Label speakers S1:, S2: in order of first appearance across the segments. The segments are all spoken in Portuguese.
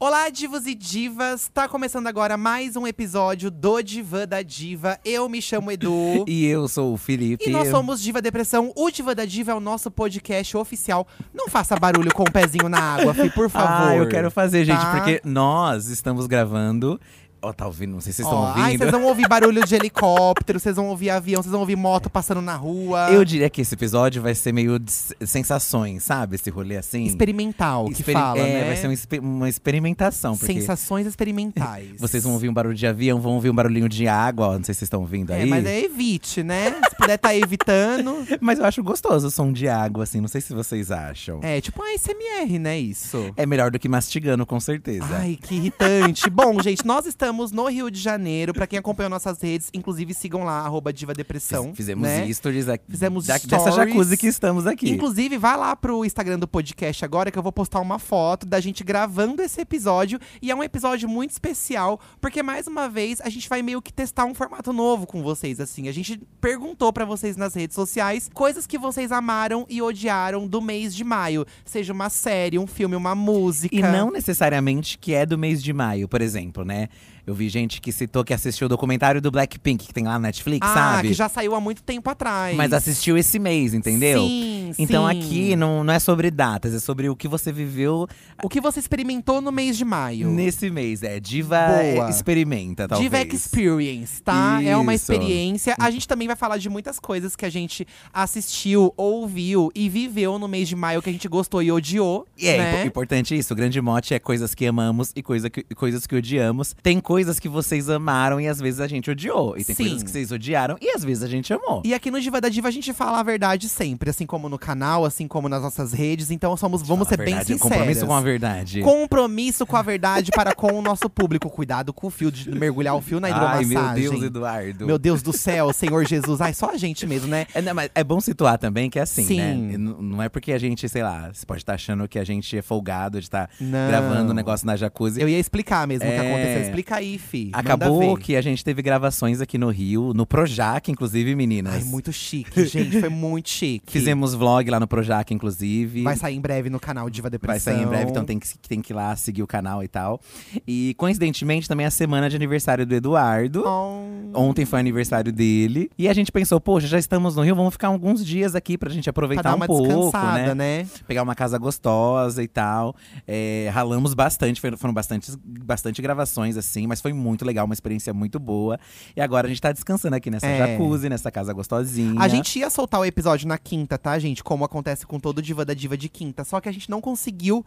S1: Olá, divos e divas! Tá começando agora mais um episódio do Divã da Diva. Eu me chamo Edu.
S2: E eu sou o Felipe.
S1: E nós somos Diva Depressão. O Diva da Diva é o nosso podcast oficial. Não faça barulho com o pezinho na água, Fih, por favor.
S2: Ah, eu quero fazer, gente,
S1: Tá?
S2: porque nós estamos gravando. Ó, tá ouvindo? Não sei se vocês estão
S1: Ó, ai,
S2: ouvindo.
S1: vocês vão ouvir barulho de helicóptero, vocês vão ouvir avião, vocês vão ouvir moto passando na rua.
S2: Eu diria que esse episódio vai ser meio de s- sensações, sabe? Esse rolê assim.
S1: Experimental, que
S2: Experi-
S1: fala,
S2: é,
S1: né?
S2: vai ser uma, exper- uma experimentação. Porque
S1: Sensações experimentais.
S2: vocês vão ouvir um barulho de avião, vão ouvir um barulhinho de água, ó. Não sei se vocês estão ouvindo
S1: É,
S2: aí.
S1: mas é evite, né? Se puder tá evitando.
S2: Mas eu acho gostoso o som de água, assim. Não sei se vocês acham.
S1: É tipo um ASMR, né? Isso.
S2: É, melhor do que mastigando, com certeza.
S1: Ai, que irritante. Bom, gente, nós estamos no Rio de Janeiro. Pra quem acompanhou nossas redes, inclusive sigam lá, arroba Diva Depressão.
S2: Fiz- Fizemos
S1: né?
S2: stories aqui.
S1: Fizemos
S2: da- Dessa
S1: stories.
S2: jacuzzi que estamos aqui.
S1: Inclusive, vai lá pro Instagram do podcast agora que eu vou postar uma foto da gente gravando esse episódio. E é um episódio muito especial, porque mais uma vez a gente vai meio que testar um formato novo com vocês. Assim, a gente perguntou pra vocês nas redes sociais coisas que vocês amaram e odiaram do mês de maio, seja uma série, um filme, uma música.
S2: E não necessariamente que é do mês de maio, por exemplo, né? Eu vi gente que citou que assistiu o documentário do Blackpink, que tem lá na Netflix,
S1: ah,
S2: sabe?
S1: que já saiu há muito tempo atrás.
S2: Mas assistiu esse mês, entendeu?
S1: Sim,
S2: então
S1: sim.
S2: aqui não, não é sobre datas, é sobre o que você viveu
S1: O que você experimentou no mês de maio?
S2: nesse mês. É diva
S1: Boa.
S2: experimenta, talvez.
S1: Diva Experience, tá? É uma
S2: Isso.
S1: experiência. A gente também vai falar de muitas coisas que a gente assistiu, ouviu e viveu no mês de maio que a gente gostou e odiou.
S2: E é
S1: né?
S2: impo- importante isso. O grande mote é coisas que amamos e coisa que- coisas que odiamos. Tem coisas que vocês amaram e às vezes a gente odiou. E tem
S1: Sim.
S2: coisas que vocês odiaram e às vezes a gente amou.
S1: E aqui no Diva da Diva a gente fala a verdade sempre, assim como no canal, assim como nas nossas redes. Então somos, vamos ser
S2: A
S1: bem
S2: verdade,
S1: sinceros.
S2: um compromisso com a verdade.
S1: Compromisso com a verdade para com o nosso público. Cuidado com o fio, de mergulhar o fio na
S2: Ai,
S1: hidromassagem.
S2: meu Deus, Eduardo.
S1: Meu Deus do céu, Senhor Jesus. Ai, só a gente mesmo, né?
S2: É, não, mas é bom situar também que é assim, né?
S1: Sim.
S2: N- Não é porque a gente, sei lá, você pode estar achando que a gente é folgado de estar
S1: Não.
S2: gravando um negócio na jacuzzi.
S1: Eu ia explicar mesmo o que
S2: É.
S1: aconteceu. Explica aí, fi. Manda
S2: Acabou
S1: ver.
S2: que a gente teve gravações aqui no Rio, no Projac, inclusive, meninas.
S1: Ai, muito chique, gente. Foi muito chique.
S2: Fizemos vlog lá no Projac, inclusive.
S1: Vai sair em breve no canal Diva Depressão.
S2: Vai sair em breve, então tem que, tem que ir lá seguir o canal e tal. E coincidentemente, também é a semana de aniversário do Eduardo.
S1: Bom,
S2: Ontem foi aniversário dele. E a gente pensou, poxa, já estamos no Rio, vamos ficar alguns dias aqui pra gente
S1: Pra
S2: aproveitar
S1: dar
S2: um
S1: uma
S2: pouco, né?
S1: descansada, né?
S2: pegar uma casa gostosa e tal. É, ralamos bastante, foram, foram bastante, bastante gravações, assim, mas foi muito legal, uma experiência muito boa. E agora a gente tá descansando aqui nessa
S1: É.
S2: jacuzzi, nessa casa gostosinha.
S1: A gente ia soltar o episódio na quinta, tá, gente? Como acontece com todo Diva da Diva de quinta. Só que a gente não conseguiu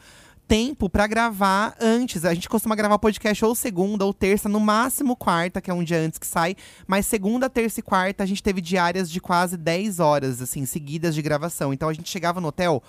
S1: tempo pra gravar antes. A gente costuma gravar podcast ou segunda ou terça, no máximo quarta, que é um dia antes que sai. Mas segunda, terça e quarta, a gente teve diárias de quase 10 horas, assim, seguidas de gravação. Então a gente chegava no hotel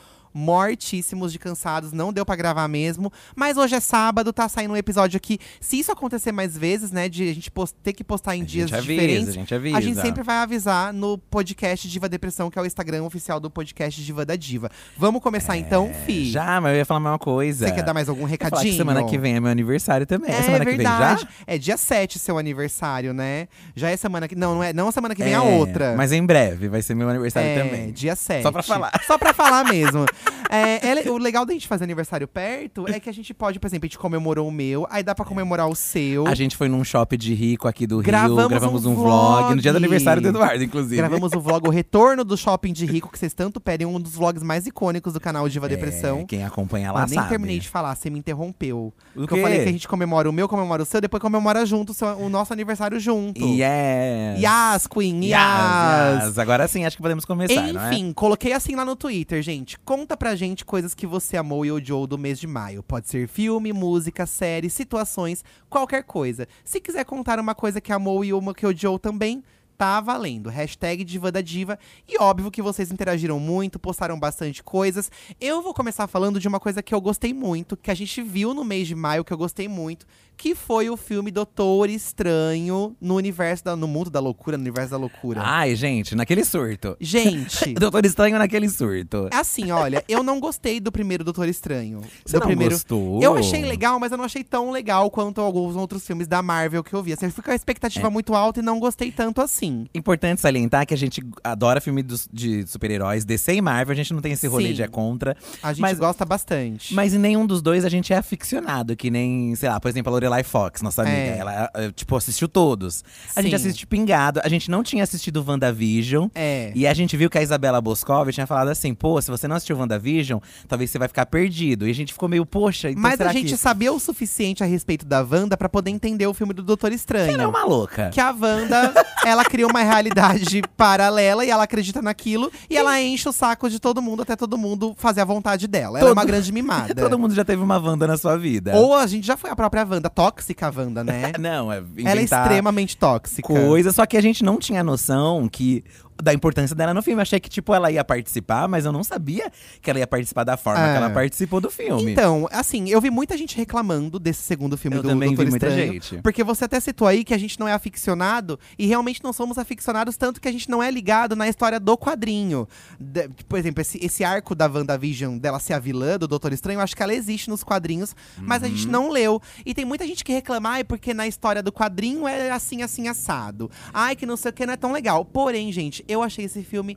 S1: mortíssimos de cansados, não deu pra gravar mesmo. Mas hoje é sábado, tá saindo um episódio aqui. Se isso acontecer mais vezes, né, de a gente post- ter que postar em
S2: A
S1: dias
S2: gente avisa,
S1: diferentes,
S2: a gente avisa.
S1: a gente sempre vai avisar no podcast Diva Depressão, que é o Instagram oficial do podcast Diva da Diva. Vamos começar então,
S2: É,
S1: Fi?
S2: Já, mas eu ia falar a mesma coisa.
S1: Você quer dar mais algum
S2: Eu ia falar
S1: recadinho?
S2: que semana que vem é meu aniversário também.
S1: É,
S2: semana
S1: verdade.
S2: que vem já?
S1: É dia 7 seu aniversário, né? Já é semana que. Não, não é. Não semana que vem, a
S2: É,
S1: outra.
S2: Mas em breve, vai ser meu aniversário
S1: é,
S2: também.
S1: dia 7.
S2: Só pra falar.
S1: Só pra falar mesmo. É, é le- o legal da gente fazer aniversário perto é que a gente pode, por exemplo, a gente comemorou o meu, aí dá pra comemorar o seu.
S2: A gente foi num shopping de rico aqui do
S1: Gravamos
S2: Rio, gravamos
S1: um
S2: um vlog. No dia do
S1: vlog.
S2: aniversário do Eduardo, inclusive.
S1: Gravamos o vlog O Retorno do Shopping de Rico, que vocês tanto pedem, um dos vlogs mais icônicos do canal Diva Depressão.
S2: É, quem acompanha
S1: Ah,
S2: lá
S1: nem
S2: sabe.
S1: terminei de falar, você me interrompeu.
S2: O
S1: Porque eu
S2: quê?
S1: falei que a gente comemora o meu, comemora o seu, depois comemora junto o, seu- o nosso aniversário junto.
S2: Yes.
S1: Yas, Queen,
S2: Yes,
S1: yas!
S2: yes. Agora sim, acho que podemos começar, não é?
S1: Enfim, coloquei assim lá no Twitter, gente. Conta pra gente coisas que você amou e odiou do mês de maio. Pode ser filme, música, série, situações, qualquer coisa. Se quiser contar uma coisa que amou e uma que odiou também, tá valendo. Hashtag Diva da Diva. E óbvio que vocês interagiram muito, postaram bastante coisas. Eu vou começar falando de uma coisa que eu gostei muito, que a gente viu no mês de maio, que eu gostei muito. Que foi o filme Doutor Estranho no universo da, no mundo da loucura, no universo da loucura.
S2: Ai, gente, naquele surto.
S1: Gente,
S2: Doutor Estranho naquele surto.
S1: Assim, olha, eu não gostei do primeiro Doutor Estranho.
S2: Você
S1: do
S2: não
S1: primeiro.
S2: gostou?
S1: Eu achei legal, mas eu não achei
S2: É.
S1: tão legal quanto alguns outros filmes da Marvel que eu vi. Assim, eu fui com a expectativa muito alta e não gostei tanto assim. sim.
S2: Importante salientar que a gente adora filme dos- de super-heróis. DC e Marvel, a gente não tem esse rolê
S1: Sim.
S2: de é contra.
S1: A gente
S2: Mas-
S1: gosta bastante.
S2: Mas em nenhum dos dois a gente é aficionado, que nem, sei lá, por exemplo, a Lorelai Fox, nossa amiga.
S1: É.
S2: Ela, eh, tipo, assistiu todos. A gente
S1: Sim.
S2: assiste Pingado. A gente não tinha assistido WandaVision.
S1: É.
S2: E a gente viu que a Isabela Boscov tinha falado assim: pô, se você não assistiu WandaVision, talvez você vai ficar perdido. E a gente ficou meio, poxa, então
S1: Mas
S2: será
S1: a gente
S2: que.
S1: sabia o suficiente a respeito da Wanda pra poder entender o filme do Doutor Estranho.
S2: Ela é uma louca.
S1: Que a Wanda, ela cria uma realidade paralela e ela acredita naquilo. E ela enche o saco de todo mundo até todo mundo fazer a vontade dela. Ela é
S2: Todo-
S1: uma grande mimada.
S2: Todo mundo já teve uma Wanda na sua vida.
S1: Ou a gente já foi a própria Wanda, tóxica a Wanda, né?
S2: Não, é
S1: ela é
S2: inventar
S1: extremamente tóxica.
S2: coisa, só que a gente não tinha noção que da importância dela no filme. Eu achei que tipo ela ia participar, mas eu não sabia que ela ia participar da forma
S1: É.
S2: que ela participou do filme.
S1: Então, assim, eu vi muita gente reclamando desse segundo filme
S2: Eu
S1: do
S2: também
S1: Doutor
S2: vi muita
S1: Estranho.
S2: gente.
S1: Porque você até citou aí que a gente não é aficionado e realmente não somos aficionados, tanto que a gente não é ligado na história do quadrinho. De- por exemplo, esse, esse arco da WandaVision dela ser a vilã do Doutor Estranho, eu acho que ela existe nos quadrinhos, mas a
S2: Uhum.
S1: gente não leu. E tem muita gente que reclama, ai, porque na história do quadrinho é assim, assim, assado. Ai, que não sei o que, não é tão legal. Porém, gente, eu achei esse filme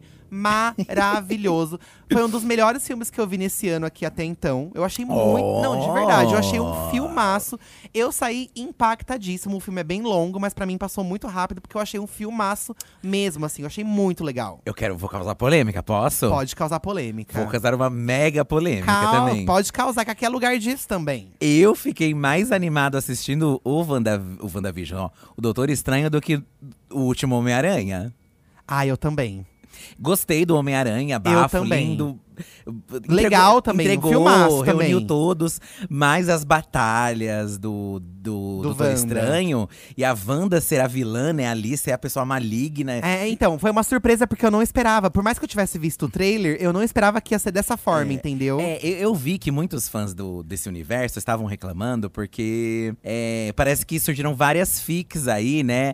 S1: maravilhoso. Foi um dos melhores filmes que eu vi nesse ano aqui até então. Eu achei muito. Não, de verdade, eu achei um
S2: Oh.
S1: filmaço. Eu saí impactadíssimo. O filme é bem longo, mas pra mim passou muito rápido, porque eu achei um filmaço mesmo, assim. Eu achei muito legal.
S2: eu quero, vou causar polêmica, posso?
S1: Pode causar polêmica.
S2: Vou causar uma mega polêmica
S1: Cal-
S2: também.
S1: Pode causar, que aqui é lugar disso também.
S2: Eu fiquei mais animado assistindo o, Wanda, o WandaVision, ó, o Doutor Estranho, do que o último Homem-Aranha.
S1: Ah, eu também.
S2: Gostei do Homem-Aranha, bafo,
S1: também.
S2: lindo.
S1: Legal também, um
S2: entregou,
S1: filmaço também.
S2: reuniu todos. Mas as batalhas do, do,
S1: Do
S2: Doutor
S1: Wanda.
S2: Estranho e a Wanda ser a vilã, né? A Alice ser a pessoa maligna.
S1: É, então, foi uma surpresa porque eu não esperava. Por mais que eu tivesse visto o trailer, eu não esperava que ia ser dessa forma, entendeu?
S2: É, eu, eu vi que muitos fãs do, desse universo estavam reclamando, porque é, parece que surgiram várias fics aí, né?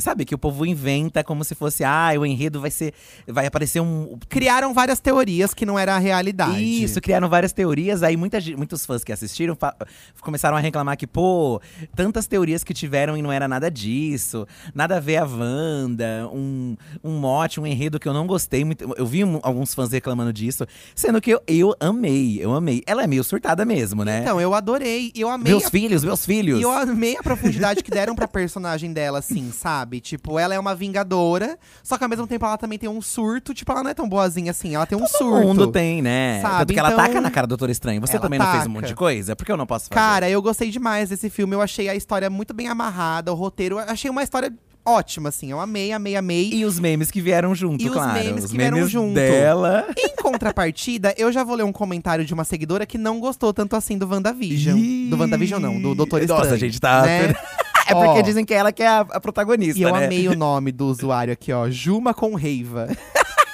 S2: Sabe, que o povo inventa como se fosse, ah, o enredo vai ser. Vai aparecer um.
S1: Criaram várias teorias que não era a realidade.
S2: Isso, é. criaram várias teorias. Aí muita, gen- muitos fãs que assistiram fa- começaram a reclamar que, pô, tantas teorias que tiveram e não era nada disso. Nada a ver a Wanda, um, um mote, um enredo que eu não gostei. muito- eu vi um- alguns fãs reclamando disso, sendo que eu, eu amei, eu amei. Ela é meio surtada mesmo, né?
S1: Então, eu adorei. Eu amei
S2: meus
S1: a
S2: filhos, meus filhos.
S1: E eu amei a profundidade que deram pra personagem dela, assim, sabe? Tipo, ela é uma vingadora, só que ao mesmo tempo ela também tem um surto. Tipo, ela não é tão boazinha assim, ela tem um
S2: Todo
S1: surto.
S2: mundo tem, né?
S1: Sabe,
S2: Tanto que ela
S1: então-
S2: ataca na cara do Doutor Estranho. Você
S1: Ela
S2: também não fez um
S1: ataca.
S2: monte de coisa? Por que eu não posso fazer?
S1: Cara, eu gostei demais desse filme. Eu achei a história muito bem amarrada, o roteiro. eu Achei uma história ótima, assim. Eu amei, amei, amei.
S2: e os memes que vieram junto,
S1: E os
S2: claro.
S1: memes
S2: os
S1: que vieram
S2: memes
S1: junto.
S2: dela.
S1: Em contrapartida, eu já vou ler um comentário de uma seguidora que não gostou tanto assim do WandaVision.
S2: Ih,
S1: Do WandaVision, não, do Doutor Estranho.
S2: Nossa, gente, tá.
S1: né?
S2: É porque
S1: Ó.
S2: dizem que ela que é a, a protagonista.
S1: E eu
S2: né?
S1: amei o nome do usuário aqui, ó. Juma com Reiva.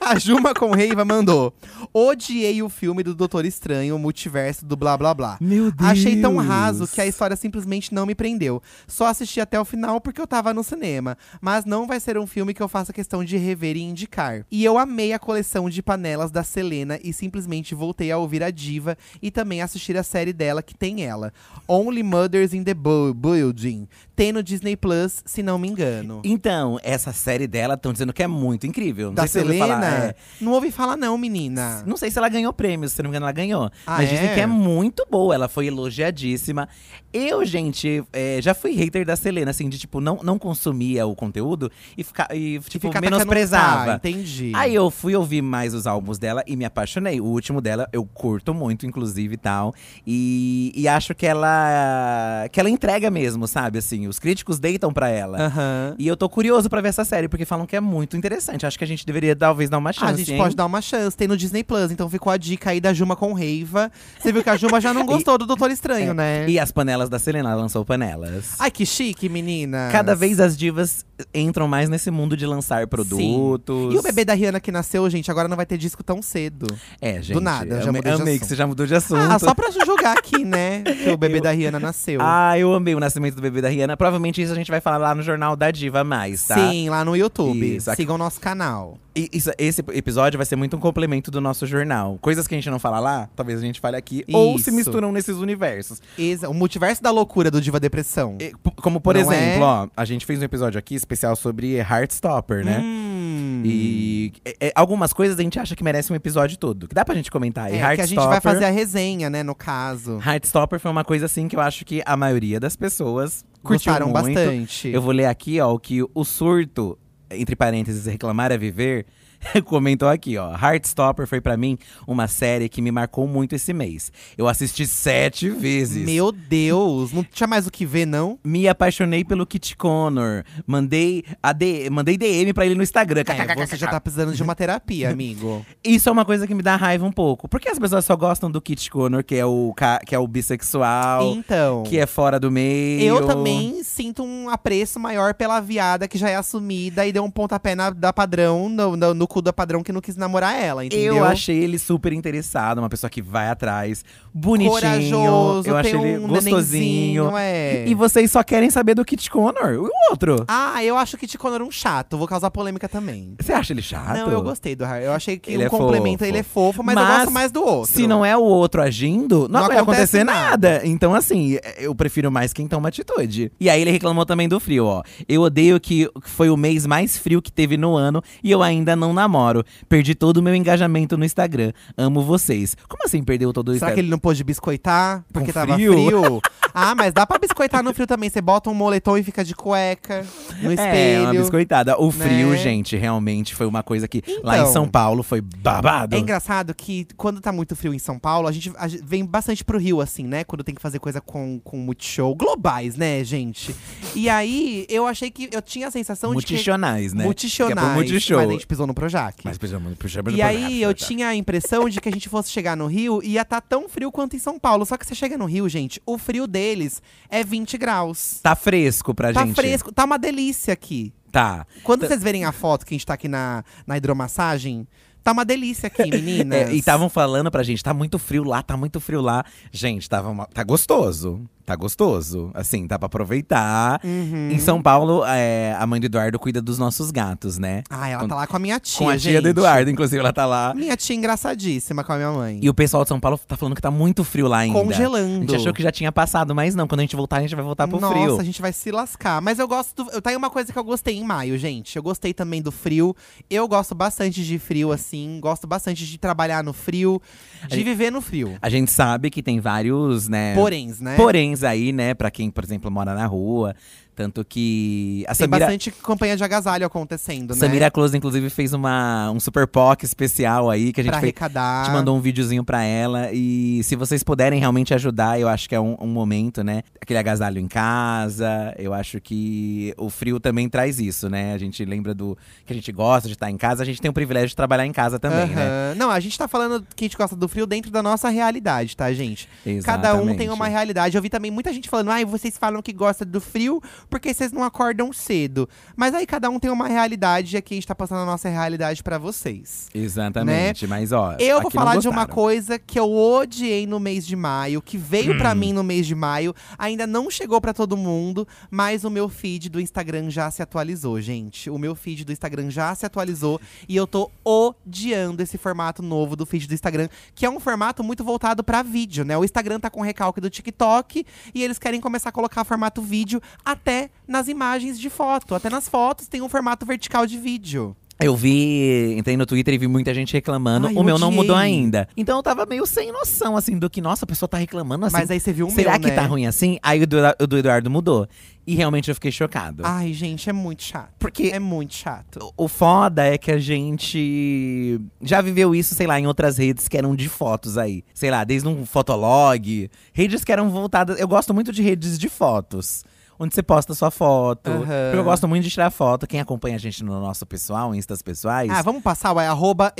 S1: A Juma com Reiva mandou. Odiei o filme do Doutor Estranho, o multiverso do blá blá blá.
S2: Meu Deus.
S1: Achei tão raso que a história simplesmente não me prendeu. Só assisti até o final porque eu tava no cinema. Mas não vai ser um filme que eu faça questão de rever e indicar. E eu amei a coleção de panelas da Selena e simplesmente voltei a ouvir a diva e também assistir a série dela que tem ela. Only Mothers in the Bu- Building. Tem no Disney Plus, se não me engano.
S2: Então, essa série dela estão dizendo que é muito incrível. Não
S1: da
S2: sei se você ouviu
S1: Selena?
S2: falar, é.
S1: Não ouvi falar não, menina.
S2: Não sei se ela ganhou prêmio, se não me engano, ela ganhou.
S1: Ah,
S2: Mas dizem
S1: é?
S2: que é muito boa, ela foi elogiadíssima. Eu, gente, é, já fui hater da Selena, assim, de tipo, não, não consumia o conteúdo e, fica, e
S1: Que
S2: tipo,
S1: fica atacando- Ah,
S2: menosprezava.
S1: entendi.
S2: Aí eu fui ouvir mais os álbuns dela e me apaixonei. O último dela eu curto muito, inclusive, e tal. E, e acho que ela que ela entrega mesmo, sabe? Assim, os críticos deitam pra
S1: Ah.
S2: ela.
S1: Aham.
S2: E eu tô curioso pra ver essa série, porque falam que é muito interessante. Acho que a gente deveria talvez dar uma chance.
S1: Ah, a gente
S2: hein?
S1: pode dar uma chance. Tem no Disney Plus, então ficou a dica aí da Juma com Reiva. Você viu que a Juma já não gostou do Doutor Estranho, né?
S2: É. E as panelas da Selena, ela lançou panelas.
S1: Ai, que chique, menina.
S2: Cada vez as divas entram mais nesse mundo de lançar produtos.
S1: E o bebê da Rihanna que nasceu, gente, agora não vai ter disco tão cedo.
S2: É, gente.
S1: nada, já
S2: ame-
S1: mudei de
S2: amei que
S1: assunto.
S2: você já mudou de assunto.
S1: Ah, só pra jogar aqui, né? Que o bebê
S2: Eu-
S1: da Rihanna nasceu.
S2: Ah, eu amei o nascimento do bebê da Rihanna. Provavelmente isso a gente vai falar lá no Jornal da Diva mais, tá?
S1: Sim, lá no YouTube.
S2: Isso, aqui-
S1: Sigam o nosso canal.
S2: E isso- esse episódio vai ser muito um complemento do nosso jornal. Coisas que a gente não fala lá, talvez a gente fale aqui. Ou se
S1: Isso.
S2: misturam nesses universos.
S1: Exa- o multiverso da loucura do Diva Depressão.
S2: E, p- como, por
S1: Não
S2: exemplo,
S1: é?
S2: ó, a gente fez um episódio aqui especial sobre Heartstopper, né?
S1: Hum.
S2: E é, é, algumas coisas a gente acha que merece um episódio todo. Que dá pra gente comentar. E
S1: é, que a gente vai
S2: Heartstopper-
S1: fazer a resenha, né, no caso.
S2: Heartstopper foi uma coisa assim que eu acho que a maioria das pessoas curtiu
S1: Gostaram
S2: muito.
S1: bastante.
S2: Eu vou ler aqui, ó, o que o surto, entre parênteses, reclamar é viver, comentou aqui, ó. Heartstopper foi pra mim uma série que me marcou muito esse mês. Eu assisti sete vezes.
S1: Meu Deus, não tinha mais o que ver, não?
S2: Me apaixonei pelo Kit Connor. Mandei, AD, mandei DM pra ele no Instagram.
S1: É, você já tá precisando de uma terapia, amigo.
S2: Isso é uma coisa que me dá raiva um pouco. Porque as pessoas só gostam do Kit Connor, que é o, ca- que é o bissexual,
S1: Então.
S2: que é fora do meio.
S1: Eu também sinto um apreço maior pela viada que já é assumida e deu um pontapé na, da padrão, no, no, no cu da padrão que não quis namorar ela, entendeu?
S2: Eu achei ele super interessado, uma pessoa que vai atrás, bonitinho.
S1: corajoso,
S2: eu achei
S1: tem
S2: ele
S1: um
S2: gostosinho.
S1: nenenzinho, é.
S2: E vocês só querem saber do Kit Connor, o outro.
S1: Ah, eu acho que Ticonor é um chato, vou causar polêmica também.
S2: Você acha ele chato?
S1: Não, eu gostei do Harry. Eu achei que
S2: Ele
S1: o
S2: é
S1: complemento
S2: fofo.
S1: ele é fofo, mas, eu gosto mais do outro.
S2: Se não é o outro agindo, não,
S1: Não
S2: vai
S1: acontece
S2: acontecer nada. Então, assim, eu prefiro mais quem toma atitude. E aí ele reclamou também do frio, ó. Eu odeio que foi o mês mais frio que teve no ano e eu ainda não namoro. Perdi todo o meu engajamento no Instagram. Amo vocês. Como assim perdeu todo o
S1: Será que
S2: Instagram?
S1: ele não pôde biscoitar? Porque tava
S2: Tá um frio?
S1: frio? ah, mas dá pra biscoitar no frio também. Você bota um moletom e fica de cueca no
S2: É, uma
S1: espelho.
S2: biscoitada. O frio,
S1: né?
S2: gente, realmente foi uma coisa que lá em
S1: Então.
S2: São Paulo foi babado.
S1: É engraçado que quando tá muito frio em São Paulo, a gente, a gente vem bastante pro Rio, assim, né? Quando tem que fazer coisa com, com multishow. Globais, né, gente? E aí, eu achei que… Eu tinha a sensação de
S2: Multichonais,
S1: que… é.
S2: né?
S1: Multichonais.
S2: Daqui a pouco Multishow.
S1: Mas a gente pisou no Projac.
S2: Mas precisamos- precisamos
S1: E
S2: do
S1: aí,
S2: Projac,
S1: eu
S2: Projac.
S1: tinha a impressão de que a gente fosse chegar no Rio e ia estar tão frio quanto em São Paulo. Só que você chega no Rio, gente, o frio deles é 20 graus.
S2: Tá fresco pra
S1: Tá
S2: gente.
S1: fresco, tá uma delícia aqui.
S2: Tá.
S1: Quando vocês verem a foto que a gente tá aqui na, na hidromassagem, tá uma delícia aqui, meninas.
S2: É, e estavam falando pra gente, tá muito frio lá, tá muito frio lá. Gente, tava uma- tá gostoso. Tá gostoso. Assim, dá pra aproveitar.
S1: Uhum.
S2: Em São Paulo, é, a mãe do Eduardo cuida dos nossos gatos, né?
S1: Ah, ela
S2: com-
S1: tá lá com a minha tia,
S2: Com a tia do
S1: gente. Uhum.
S2: Eduardo, inclusive, ela tá lá.
S1: Minha tia engraçadíssima com a minha mãe.
S2: E o pessoal de São Paulo tá falando que tá muito frio lá ainda. A
S1: Congelando.
S2: gente achou que já tinha passado, mas não. Quando a gente voltar, a gente vai voltar pro
S1: Nossa,
S2: frio.
S1: a gente vai se lascar. Mas eu gosto. Do, eu- tá aí uma coisa que eu gostei em maio, gente. Eu gostei também do frio. Eu gosto bastante de frio, assim. Gosto bastante de trabalhar no frio, de viver no frio.
S2: A gente sabe que tem vários, né?
S1: Poréns, né?
S2: Poréns aí, né? Pra quem, por exemplo, mora na rua. Tanto que a
S1: Tem
S2: Samira,
S1: bastante campanha de agasalho acontecendo, né?
S2: Samira Close, inclusive, fez uma, um super POC especial aí que a gente
S1: pra
S2: fez.
S1: arrecadar.
S2: Te mandou um videozinho pra ela. E se vocês puderem realmente ajudar, eu acho que é um, um momento, né? Aquele agasalho em casa. Eu acho que o frio também traz isso, né? A gente lembra do que a gente gosta de estar em casa. A gente tem o privilégio de trabalhar em casa também, né?
S1: Aham. Não, a gente tá falando que a gente gosta do frio dentro da nossa realidade, tá, gente? Cada um tem
S2: Exatamente.
S1: uma realidade. Eu vi também muita gente falando, ai, vocês falam que gosta do frio porque vocês não acordam cedo. Mas aí cada um tem uma realidade e aqui a gente tá passando a nossa realidade pra vocês.
S2: Exatamente, mas ó.
S1: Né? Eu vou
S2: aqui não
S1: falar de uma
S2: gostaram.
S1: coisa que eu odiei no mês de maio, que veio pra mim no mês de maio, ainda não chegou pra todo mundo, mas o meu feed do Instagram já se atualizou, gente. O meu feed do Instagram já se atualizou e eu tô odiando esse formato novo do feed do Instagram, que é um formato muito voltado pra vídeo, né? O Instagram tá com recalque do TikTok e eles querem começar a colocar formato vídeo até nas imagens de foto, até nas fotos tem um formato vertical de vídeo.
S2: Eu vi, entrei no Twitter e vi muita gente reclamando.
S1: Ai,
S2: o meu não
S1: odiei.
S2: mudou ainda. Então eu tava meio sem noção, assim, do que, nossa, a pessoa tá reclamando assim.
S1: mas aí você viu o
S2: Será
S1: meu,
S2: que
S1: né?
S2: tá ruim assim? Aí o do, o do Eduardo mudou. E realmente eu fiquei chocado.
S1: Ai, gente, é muito chato.
S2: Porque
S1: É muito chato.
S2: o- o foda é que a gente já viveu isso, sei lá, em outras redes que eram de fotos aí. Sei lá, desde um fotolog, redes que eram voltadas. Eu gosto muito de redes de fotos. Onde você posta sua foto.
S1: Aham.
S2: Porque eu gosto muito de tirar foto. Quem acompanha a gente no nosso pessoal, instas pessoais.
S1: Ah, vamos passar, o é arroba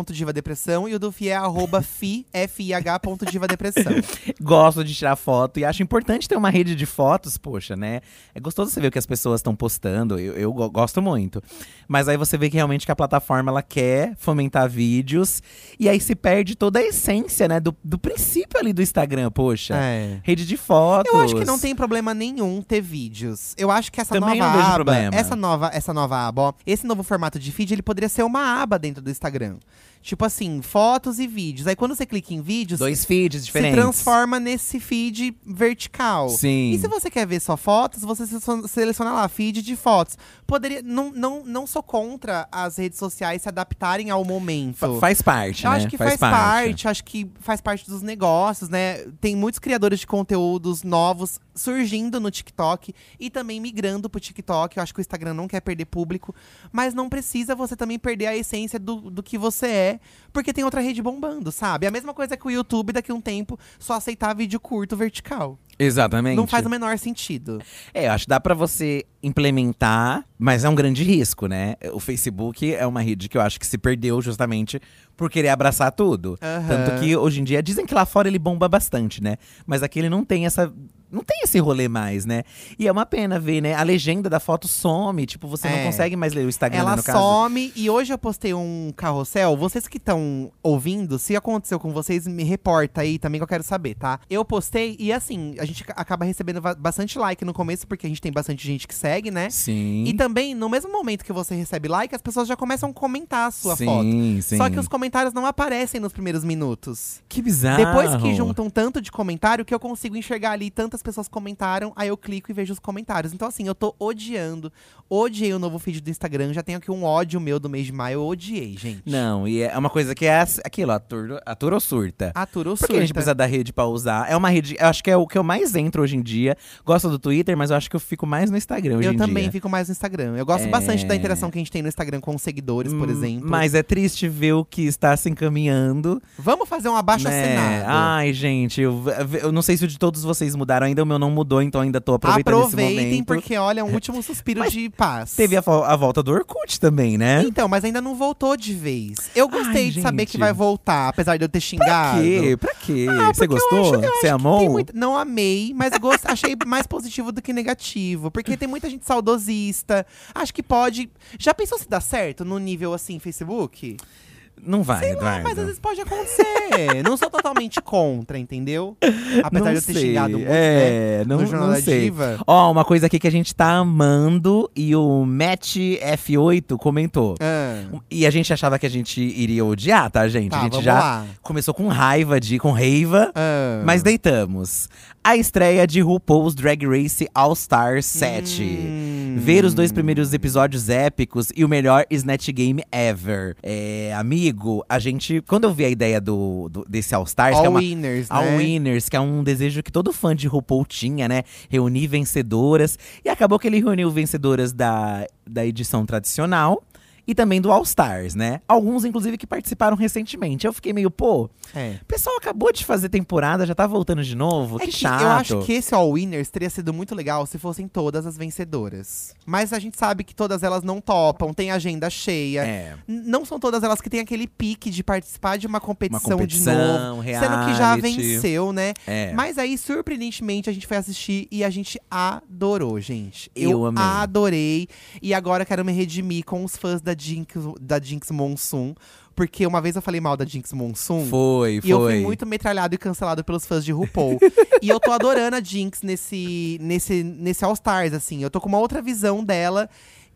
S1: edu.divadepressão e o do Fi é arroba fi, fih.divadepressão.
S2: gosto de tirar foto e acho importante ter uma rede de fotos, poxa, né? É gostoso você ver o que as pessoas estão postando, eu, eu go- gosto muito. Mas aí você vê que realmente que a plataforma ela quer fomentar vídeos e aí se perde toda a essência, né, do, do princípio ali do Instagram, poxa.
S1: É.
S2: Rede de fotos.
S1: Eu acho que não tem problema nenhum ter fazer vídeos. Eu acho que essa
S2: Também
S1: nova
S2: não vejo
S1: aba,
S2: problema.
S1: essa nova, essa nova aba, ó, esse novo formato de feed, ele poderia ser uma aba dentro do Instagram. Tipo assim, fotos e vídeos. Aí quando você clica em vídeos,
S2: Dois feeds diferentes.
S1: se transforma nesse feed vertical.
S2: Sim.
S1: E se você quer ver só fotos, você se- seleciona lá, feed de fotos. Poderia. Não, não, não sou contra as redes sociais se adaptarem ao momento.
S2: Fa- Faz parte,
S1: Eu
S2: né?
S1: acho que faz, parte. acho que faz parte dos negócios, né? Tem muitos criadores de conteúdos novos surgindo no TikTok e também migrando pro TikTok. Eu acho que o Instagram não quer perder público, mas não precisa você também perder a essência do, do que você é, porque tem outra rede bombando, sabe? A mesma coisa que o YouTube daqui a um tempo só aceitar vídeo curto vertical.
S2: Exatamente.
S1: Não faz o menor sentido.
S2: É, eu acho que dá pra você implementar, mas é um grande risco, né? O Facebook é uma rede que eu acho que se perdeu justamente por querer abraçar tudo.
S1: Aham.
S2: Tanto que hoje em dia dizem que lá fora ele bomba bastante, né? Mas aqui ele não tem essa não tem esse rolê mais, né? E é uma pena ver, né? A legenda da foto some, tipo, você
S1: É.
S2: não consegue mais ler o Instagram, né,
S1: Ela
S2: no caso.
S1: some e hoje eu postei um carrossel. Vocês que estão ouvindo, se aconteceu com vocês, me reporta aí também que eu quero saber, tá? Eu postei e assim, a gente acaba recebendo va- bastante like no começo, porque a gente tem bastante gente que segue, né?
S2: Sim.
S1: E também, no mesmo momento que você recebe like, as pessoas já começam a comentar a sua
S2: sim,
S1: foto.
S2: Sim.
S1: Só que os comentários não aparecem nos primeiros minutos.
S2: que bizarro.
S1: Depois que juntam tanto de comentário que eu consigo enxergar ali tantas pessoas comentaram, aí eu clico e vejo os comentários. Então, assim, eu tô odiando. Odiei o novo feed do Instagram, já tenho aqui um ódio meu do mês de maio, eu odiei, gente.
S2: Não, e é uma coisa que é ass- aquilo, atura, atura ou surta.
S1: Atura ou
S2: Porque a gente
S1: surta?
S2: precisa da rede pra usar. É uma rede, eu acho que é o que eu mais entro hoje em dia. Gosto do Twitter, mas eu acho que eu fico mais no Instagram hoje
S1: Eu
S2: em
S1: também
S2: dia.
S1: fico mais no Instagram. Eu gosto
S2: É.
S1: bastante da interação que a gente tem no Instagram com os seguidores, por
S2: Hum,
S1: exemplo.
S2: Mas é triste ver o que está se encaminhando.
S1: Vamos fazer um abaixo
S2: Né?
S1: assinado.
S2: Ai, gente, eu, eu não sei se o de todos vocês mudaram ainda, o meu não mudou, então ainda tô aproveitando esse
S1: Aproveitem,
S2: momento.
S1: porque olha, é um último suspiro de paz.
S2: Teve a, fo- a volta do Orkut também, né?
S1: Então, mas ainda não voltou de vez. Eu gostei de saber que
S2: gente.
S1: vai voltar, apesar de eu ter
S2: Pra
S1: xingado.
S2: quê? Pra quê?
S1: Ah,
S2: Você
S1: porque eu
S2: gostou?
S1: acho- eu acho
S2: Você
S1: que
S2: amou?
S1: tem muita- Não amei, mas gost- achei mais positivo do que negativo. Porque tem muita gente saudosista. Acho que pode. Já pensou se dá certo no nível assim, Facebook?
S2: É, Não vai,
S1: Ah,
S2: Eduardo.
S1: mas às vezes pode acontecer. não sou totalmente contra, entendeu? Apesar
S2: Não
S1: de eu ter
S2: sei.
S1: xingado muito, né?
S2: é,
S1: no
S2: Não,
S1: Jornal
S2: não
S1: da
S2: sei.
S1: Diva.
S2: Ó, uma coisa aqui que a gente tá amando e o Matt F8 comentou.
S1: Ah,
S2: E a gente achava que a gente iria odiar, tá, gente?
S1: Tá,
S2: a gente
S1: vamos
S2: já
S1: lá.
S2: começou com raiva de com raiva,
S1: ah.
S2: mas deitamos. A estreia de RuPaul's Drag Race All Star 7.
S1: Hum.
S2: Ver os dois primeiros episódios épicos e o melhor Snatch Game ever. É, amigo, a gente. Quando eu vi a ideia do, do- desse All Stars, que é
S1: All
S2: uma
S1: winners, né?
S2: a Winners, que é um desejo que todo fã de RuPaul tinha, né? Reunir vencedoras. E acabou que ele reuniu vencedoras da, da edição tradicional e também do All Stars, né? Alguns, inclusive, que participaram recentemente. Eu fiquei meio, pô,
S1: É.
S2: o pessoal acabou de fazer temporada, já tá voltando de novo?
S1: É
S2: que,
S1: que
S2: chato.
S1: Eu acho que esse All Winners teria sido muito legal se fossem todas as vencedoras. Mas a gente sabe que todas elas não topam, tem agenda cheia.
S2: É.
S1: N- Não são todas elas que têm aquele pique de participar de uma competição,
S2: competição,
S1: de novo. Sendo que já
S2: reality.
S1: venceu, né?
S2: É.
S1: Mas aí, surpreendentemente, a gente foi assistir e a gente adorou, gente.
S2: Eu amei.
S1: adorei. E agora quero me redimir com os fãs da Jinx, da Jinx Monsoon. Porque uma vez eu falei mal da Jinx Monsoon.
S2: Foi, foi.
S1: um. E eu fui muito metralhado e cancelado pelos fãs de RuPaul. e eu tô adorando a Jinx nesse, nesse, nesse All Stars, assim. Eu tô com uma outra visão dela.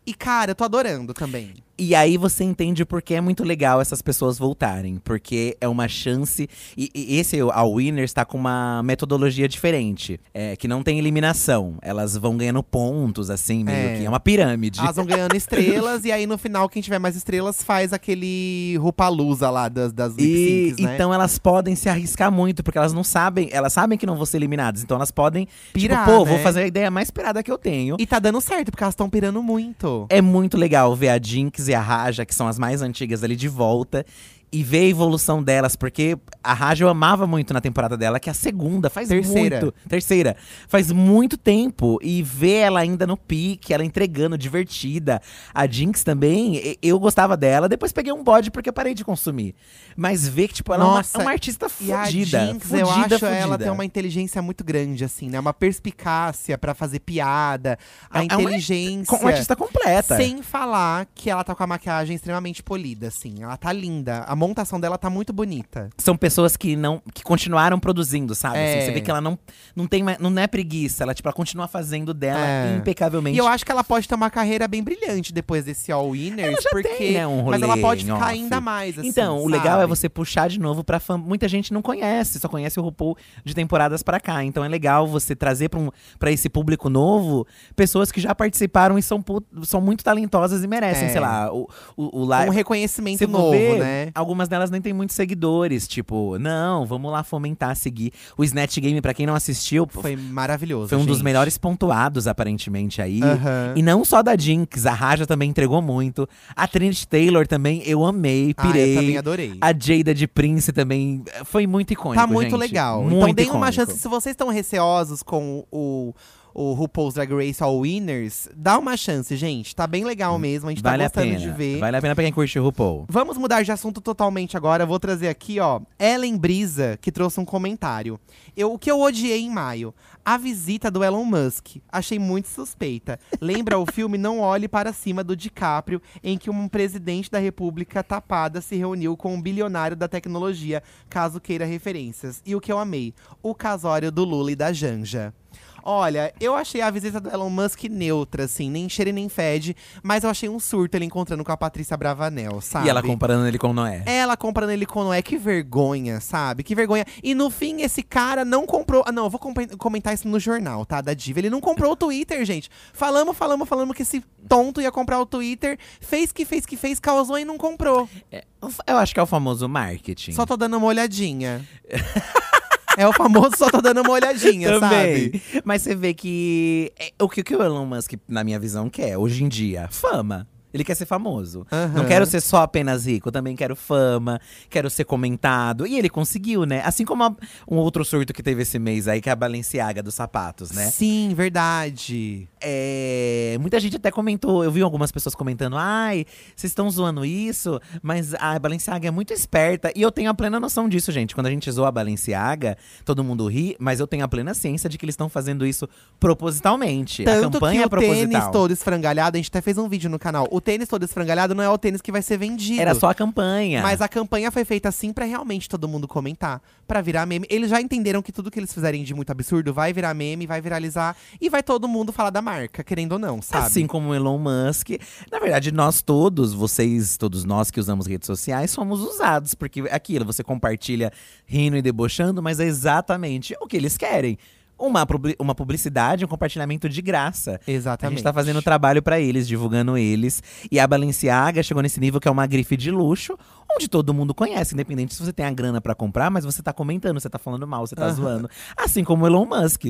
S1: E, cara, eu tô adorando também.
S2: E aí você entende por que é muito legal essas pessoas voltarem. Porque é uma chance. E, e esse, a Winners, tá com uma metodologia diferente. É, que não tem eliminação. Elas vão ganhando pontos, assim, meio
S1: É.
S2: que. É uma pirâmide.
S1: Elas vão ganhando estrelas, e aí no final, quem tiver mais estrelas faz aquele Rupalusa lá das, das lip
S2: E,
S1: syncs, né?
S2: Então elas podem se arriscar muito, porque elas não sabem, elas sabem que não vão ser eliminadas. Então elas podem,
S1: Pirar,
S2: tipo, pô,
S1: né?
S2: vou fazer a ideia mais pirada que eu tenho.
S1: E tá dando certo, porque elas estão pirando muito.
S2: É muito legal ver a Jinx e a Raja, que são as mais antigas ali, de volta. E ver a evolução delas, porque a Raja eu amava muito na temporada dela, que é a segunda, faz
S1: Terceira.
S2: muito. Terceira. Faz muito tempo. E ver ela ainda no pique, ela entregando, divertida. A Jinx também, e- eu gostava dela. Depois peguei um bode porque eu parei de consumir. Mas ver que, tipo, ela é uma-
S1: Nossa,
S2: é uma, artista
S1: E
S2: fodida.
S1: a Jinx,
S2: fodida,
S1: eu acho
S2: fodida.
S1: ela tem uma inteligência muito grande, assim, né? Uma perspicácia pra fazer piada, a
S2: É- é uma-
S1: inteligência.
S2: Com- Uma artista completa.
S1: Sem falar que ela tá com a maquiagem extremamente polida, assim. Ela tá linda. A a montação dela tá muito bonita.
S2: São pessoas que não que continuaram produzindo, sabe? Assim,
S1: É.
S2: você vê que ela não, não tem mais- não é preguiça, ela tipo ela continua fazendo dela
S1: É.
S2: impecavelmente.
S1: E eu acho que ela pode ter uma carreira bem brilhante depois desse All Winners, porque.
S2: tem, né, um
S1: mas ela
S2: rolê
S1: pode
S2: em
S1: ficar
S2: off.
S1: ainda mais, assim.
S2: então, o legal é
S1: sabe?
S2: você puxar de novo pra fã. Muita gente não conhece, só conhece o RuPaul de temporadas pra cá. Então é legal você trazer pra um, pra esse público novo pessoas que já participaram e são, pu- são muito talentosas e merecem,
S1: É.
S2: sei lá, o, o, o
S1: Um
S2: live.
S1: reconhecimento
S2: Você
S1: novo,
S2: vê,
S1: né?
S2: Algumas delas nem têm muitos seguidores. Tipo, não, vamos lá fomentar, seguir. O Snatch Game, pra quem não assistiu, foi,
S1: Foi maravilhoso.
S2: um dos
S1: gente.
S2: melhores pontuados, aparentemente, aí.
S1: Aham.
S2: E não só da Jinx, a Raja também entregou muito. A Trinity Taylor também, eu amei,
S1: Ah, eu
S2: pirei.
S1: também adorei.
S2: a Jada de Prince também eh, foi muito icônico,
S1: Tá muito
S2: gente.
S1: legal.
S2: Muito
S1: então deem
S2: icônico.
S1: uma chance. Se vocês estão receosos com o, o RuPaul's Drag Race All Winners, dá uma chance, gente. Tá bem legal mesmo. A gente
S2: Vale
S1: tá
S2: a
S1: gostando de
S2: pena.
S1: ver.
S2: Vale a pena pra quem curte o RuPaul.
S1: Vamos mudar de assunto totalmente agora. Eu Vou trazer aqui, ó, Ellen Brisa, que trouxe um comentário. Eu, o que eu odiei em maio? A visita do Elon Musk. Achei muito suspeita. Lembra o filme Não Olhe Para Cima do DiCaprio, em que um presidente da República tapada se reuniu com um bilionário da tecnologia, caso queira referências. E o que eu amei? O casório do Lula e da Janja. Olha, eu achei a visita do Elon Musk neutra, assim, nem cheira e nem fede, mas eu achei um surto ele encontrando com a Patrícia Bravanel, sabe? É.
S2: E ela comparando ele com Noé.
S1: Ela comprando ele com Noé, que vergonha, sabe? Que vergonha. E no fim, esse cara não comprou. Ah, não, eu vou compen- comentar isso no jornal, tá? Da Diva. Ele não comprou o Twitter, gente. Falamos, falamos, falamos que esse tonto ia comprar o Twitter. Fez que fez que fez, causou e não comprou.
S2: Eu acho que é o famoso marketing.
S1: Só tô dando uma olhadinha. é o famoso só tô dando uma olhadinha, sabe?
S2: Mas você vê que é, o que o que o Elon Musk, na minha visão, quer hoje em dia? Fama. Ele quer ser famoso.
S1: Aham.
S2: Não quero ser só apenas rico, também quero fama, quero ser comentado. E ele conseguiu, né? Assim como a- um outro surto que teve esse mês aí, que é a Balenciaga dos sapatos, né?
S1: Sim, verdade.
S2: É, muita gente até comentou, eu vi algumas pessoas comentando, ai, vocês estão zoando isso, mas a Balenciaga é muito esperta. E eu tenho a plena noção disso, gente. Quando a gente zoa a Balenciaga, todo mundo ri, mas eu tenho a plena ciência de que eles estão fazendo isso propositalmente. a
S1: Tanto
S2: campanha
S1: que
S2: é
S1: o tênis
S2: proposital.
S1: todo esfrangalhado, a gente até fez um vídeo no canal. O tênis todo esfrangalhado não é o tênis que vai ser vendido.
S2: Era só a campanha.
S1: Mas a campanha foi feita assim pra realmente todo mundo comentar, pra virar meme. Eles já entenderam que tudo que eles fizerem de muito absurdo vai virar meme, vai viralizar e vai todo mundo falar da marca, querendo ou não, sabe?
S2: Assim como o Elon Musk. Na verdade, nós todos, vocês, todos nós que usamos redes sociais, somos usados. Porque é aquilo, você compartilha rindo e debochando, mas é exatamente o que eles querem. Uma, publi- uma publicidade, um compartilhamento de graça. A
S1: Exatamente.
S2: gente tá fazendo trabalho pra eles, divulgando eles. E a Balenciaga chegou nesse nível que é uma grife de luxo, onde todo mundo conhece, independente se você tem a grana pra comprar, mas você tá comentando, você tá falando mal, você tá
S1: Aham.
S2: zoando. Assim como o Elon Musk.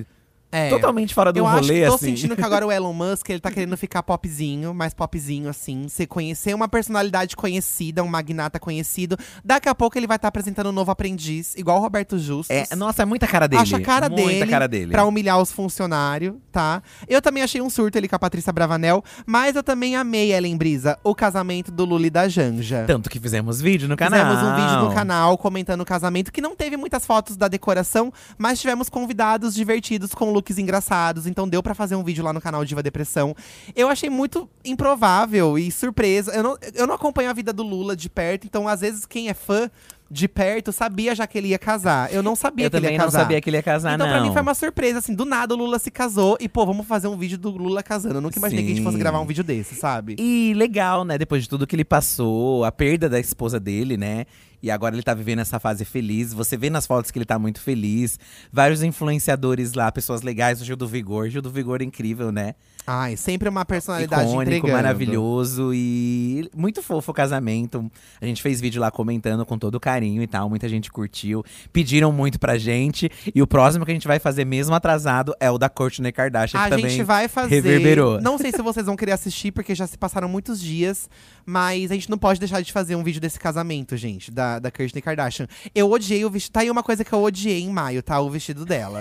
S1: É.
S2: Totalmente fora do
S1: Eu acho
S2: rolê,
S1: que tô
S2: assim.
S1: sentindo que agora o Elon Musk, ele tá querendo ficar popzinho, mais popzinho, assim. Se conhecer uma personalidade conhecida, um magnata conhecido. Daqui a pouco ele vai estar apresentando um novo aprendiz, igual o Roberto Justus.
S2: É, nossa, é muita cara dele.
S1: Acho a cara
S2: muita
S1: dele,
S2: cara dele. um
S1: Pra humilhar os funcionários, tá? Eu também achei um surto ele com a Patrícia Bravanel, mas eu também amei Ellen Brisa, o casamento do Lula e da Janja.
S2: Tanto que fizemos vídeo Então, no canal.
S1: Fizemos um vídeo no canal comentando o casamento, que não teve muitas fotos da decoração, mas tivemos convidados divertidos com looks engraçados, então deu pra fazer um vídeo lá no canal Diva Depressão. Eu achei muito improvável e surpresa. Eu não, eu não acompanho a vida do Lula de perto, então às vezes quem é fã de perto sabia já que ele ia casar. Eu não sabia
S2: Eu
S1: que ele
S2: também
S1: ia
S2: não
S1: casar.
S2: sabia que ele ia casar,
S1: Então,
S2: Ah, não.
S1: pra mim foi uma surpresa, assim, do nada o Lula se casou e, pô, vamos fazer um vídeo do Lula casando. Eu nunca imaginei que a gente
S2: Sim.
S1: fosse gravar um vídeo desse, sabe?
S2: E legal, né? Depois de tudo que ele passou, a perda da esposa dele, né? E agora ele tá vivendo essa fase feliz. Você vê nas fotos que ele tá muito feliz. Vários influenciadores lá, pessoas legais, o Gil do Vigor. Gil do Vigor é incrível, né?
S1: Ai, sempre uma personalidade
S2: Icônico,
S1: entregando.
S2: maravilhoso e muito fofo o casamento. A gente fez vídeo lá comentando com todo carinho e tal. Muita gente curtiu, pediram muito pra gente. E o próximo que a gente vai fazer, mesmo atrasado, é o da Courtney Kardashian,
S1: Ah, A
S2: que também
S1: gente vai fazer.
S2: reverberou.
S1: Não sei se vocês vão querer assistir, porque já se passaram muitos dias. Mas a gente não pode deixar de fazer um vídeo desse casamento, gente, da, da Kourtney Kardashian. Eu odiei o vestido. Tá aí uma coisa que eu odiei em maio, tá? O vestido dela.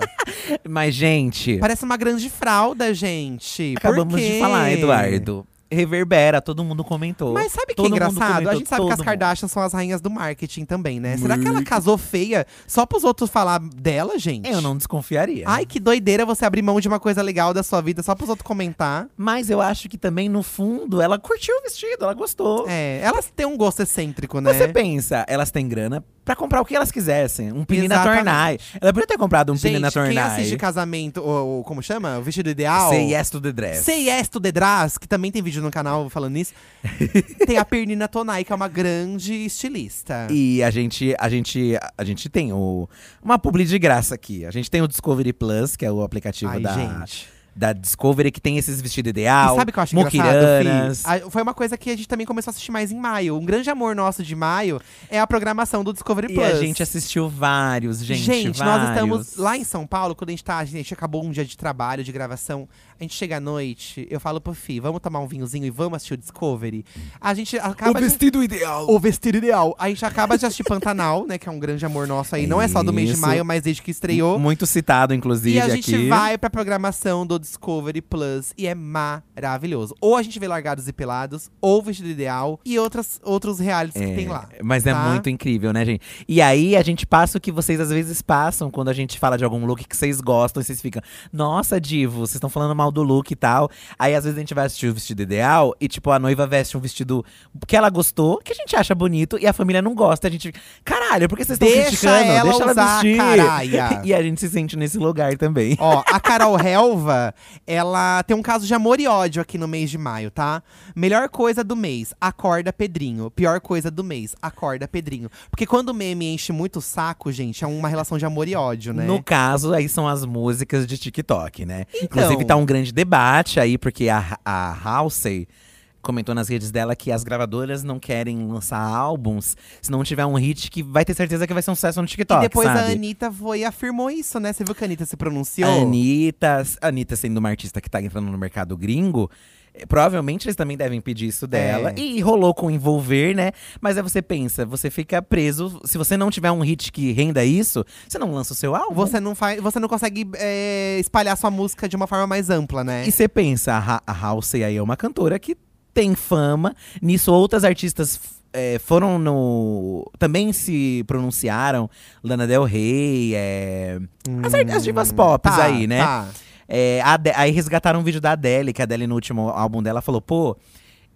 S2: Mas, gente,
S1: Parece uma grande fralda, gente. Por
S2: acabamos de
S1: quê?
S2: falar, Eduardo. reverbera, todo mundo comentou.
S1: Mas sabe que
S2: Todo
S1: é
S2: mundo
S1: engraçado? A
S2: comentou,
S1: gente sabe que as
S2: todo mundo.
S1: Kardashians são as rainhas do marketing também, né? Será que ela casou feia só pros outros falar dela, gente?
S2: Eu não desconfiaria.
S1: Ai, que doideira você abrir mão de uma coisa legal da sua vida só pros outros comentar.
S2: Mas eu acho que também, no fundo, ela curtiu o vestido, ela gostou.
S1: É, elas têm um gosto excêntrico, né?
S2: Você pensa, elas têm grana pra comprar o que elas quisessem. Um pini na
S1: Exatamente.
S2: Tornai. Ela podia ter comprado um pini
S1: Gente,
S2: na
S1: quem
S2: Tornai. é.
S1: assiste casamento, ou, ou como chama? O vestido ideal? é,
S2: Say yes to the dress.
S1: Say yes to the Dress, que também tem vídeo no canal falando isso. tem a Pernina Tonai, que é uma grande estilista.
S2: E a gente, a gente, a gente tem o, uma publi de graça aqui. A gente tem o Discovery Plus, que é o aplicativo
S1: Ai,
S2: da,
S1: gente.
S2: da Discovery, que tem esses vestidos
S1: E
S2: ideal.
S1: sabe o que eu acho engraçado,
S2: muquiranas.
S1: Fih? A- Foi uma coisa que a gente também começou a assistir mais em maio. Um grande amor nosso de maio é a programação do Discovery
S2: E
S1: Plus.
S2: a gente assistiu vários, gente.
S1: Gente, nós
S2: vários.
S1: estamos lá em São Paulo, quando a gente tá, a gente acabou um dia de trabalho, de gravação, a gente chega à noite, eu falo pro Fi, vamos tomar um vinhozinho e vamos assistir o Discovery. A gente acaba de-
S2: é ideal.
S1: o vestido ideal. A gente acaba de assistir Pantanal, né, que é um grande amor nosso aí, não é só do mês de
S2: Isso.
S1: maio, mas desde que estreou.
S2: Muito citado, inclusive,
S1: E a gente
S2: aqui.
S1: vai pra programação do Discovery Plus e é maravilhoso. Ou a gente vê Largados e Pelados, ou Vestido Ideal e outras, outros realities que
S2: É,
S1: tem lá.
S2: Mas é
S1: tá?
S2: muito incrível, né, gente? E aí a gente passa o que vocês às vezes passam quando a gente fala de algum look que vocês gostam e vocês ficam, nossa, Divo, vocês estão falando mal do look e tal. Aí às vezes a gente vai assistir o vestido ideal e, tipo, a noiva veste um vestido que ela gostou, que a gente acha bonito e a família não gosta. A gente fica, caralho, por que vocês estão
S1: Deixa
S2: criticando?
S1: ela
S2: Deixa ela
S1: usar,
S2: vestir.
S1: caralha.
S2: E a gente se sente nesse lugar também.
S1: Ó, a Carol Helva, ela tem um caso de amor e ódio aqui no mês de maio, tá? Melhor coisa do mês, acorda Pedrinho. Pior coisa do mês, acorda Pedrinho. Porque quando o meme enche muito o saco, gente, é uma relação de amor e ódio, né?
S2: No caso, aí são as músicas de TikTok, né?
S1: Então.
S2: Inclusive, tá um grande debate aí, porque a, a Halsey comentou nas redes dela que as gravadoras não querem lançar álbuns se não tiver um hit que vai ter certeza que vai ser um sucesso no
S1: E
S2: TikTok.
S1: depois
S2: sabe?
S1: a Anitta foi e afirmou isso, né? Você viu que a Anitta se pronunciou?
S2: A Anitta, a Anitta sendo uma artista que tá entrando no mercado gringo, eh, provavelmente eles também devem pedir isso dela.
S1: É.
S2: E rolou com envolver, né? Mas aí você pensa, você fica preso. Se você não tiver um hit que renda isso, você não lança o seu álbum.
S1: Você não, faz, você não consegue é, espalhar sua música de uma forma mais ampla, né?
S2: E você pensa, a, Ha- a Halsey aí é uma cantora que tem fama. Nisso, outras artistas eh, foram no. Também se pronunciaram. Lana Del Rey, eh, as, ar- as divas pop
S1: Hum, Tá,
S2: aí, né?
S1: tá.
S2: É, a Ade- aí resgataram um vídeo da Adele, que a Adele no último álbum dela falou, pô.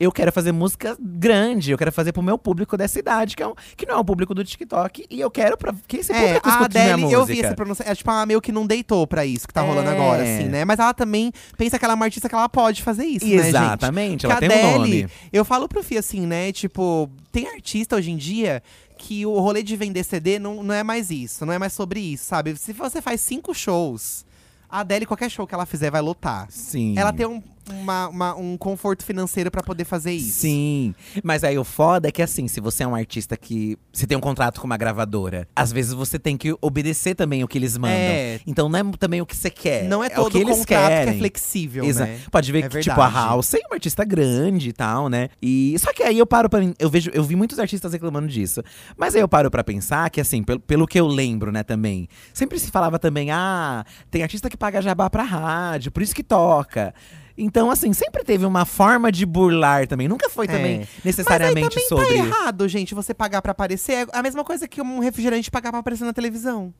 S2: Eu quero fazer música grande, eu quero fazer pro meu público dessa idade, que, é um- que não é o público do TikTok. E eu quero pra quem esse
S1: É,
S2: público
S1: a
S2: escute minha
S1: Adele,
S2: música.
S1: eu vi essa pronúncia. É tipo, ela meio que não deitou pra isso que tá rolando
S2: É.
S1: agora, assim, né? Mas ela também pensa que ela é uma artista que ela pode fazer isso, né, gente?
S2: Exatamente, ela
S1: Porque
S2: tem
S1: a
S2: um
S1: Adele,
S2: nome.
S1: Eu falo pro Fih assim, né? Tipo, tem artista hoje em dia que o rolê de vender CD não, não é mais isso, não é mais sobre isso, sabe? Se você faz cinco shows, a Adele, qualquer show que ela fizer, vai lotar.
S2: Sim.
S1: Ela tem um, uma- uma- um conforto financeiro pra poder fazer isso.
S2: Sim. Mas aí o foda é que assim, se você é um artista que. Você tem um contrato com uma gravadora, às vezes você tem que obedecer também o que eles mandam.
S1: É.
S2: Então não é também o que você quer.
S1: Não é
S2: o
S1: todo
S2: que eles
S1: contrato
S2: querem.
S1: que é flexível,
S2: Exa-
S1: né?
S2: Pode ver
S1: É
S2: que, tipo, a
S1: verdade.
S2: House é uma artista grande e tal, né? E só que aí eu paro pra. Eu vejo, eu vi muitos artistas reclamando disso. Mas aí eu paro pra pensar que, assim, pelo, pelo que eu lembro, né, também. Sempre se falava também, ah, tem artista que paga jabá pra rádio, por isso que toca. Então, assim, sempre teve uma forma de burlar também. Nunca foi também tá
S1: É.
S2: necessariamente
S1: Mas aí também
S2: sobre.
S1: tá errado, gente, você pagar pra aparecer. É a mesma coisa que um refrigerante pagar pra aparecer na televisão.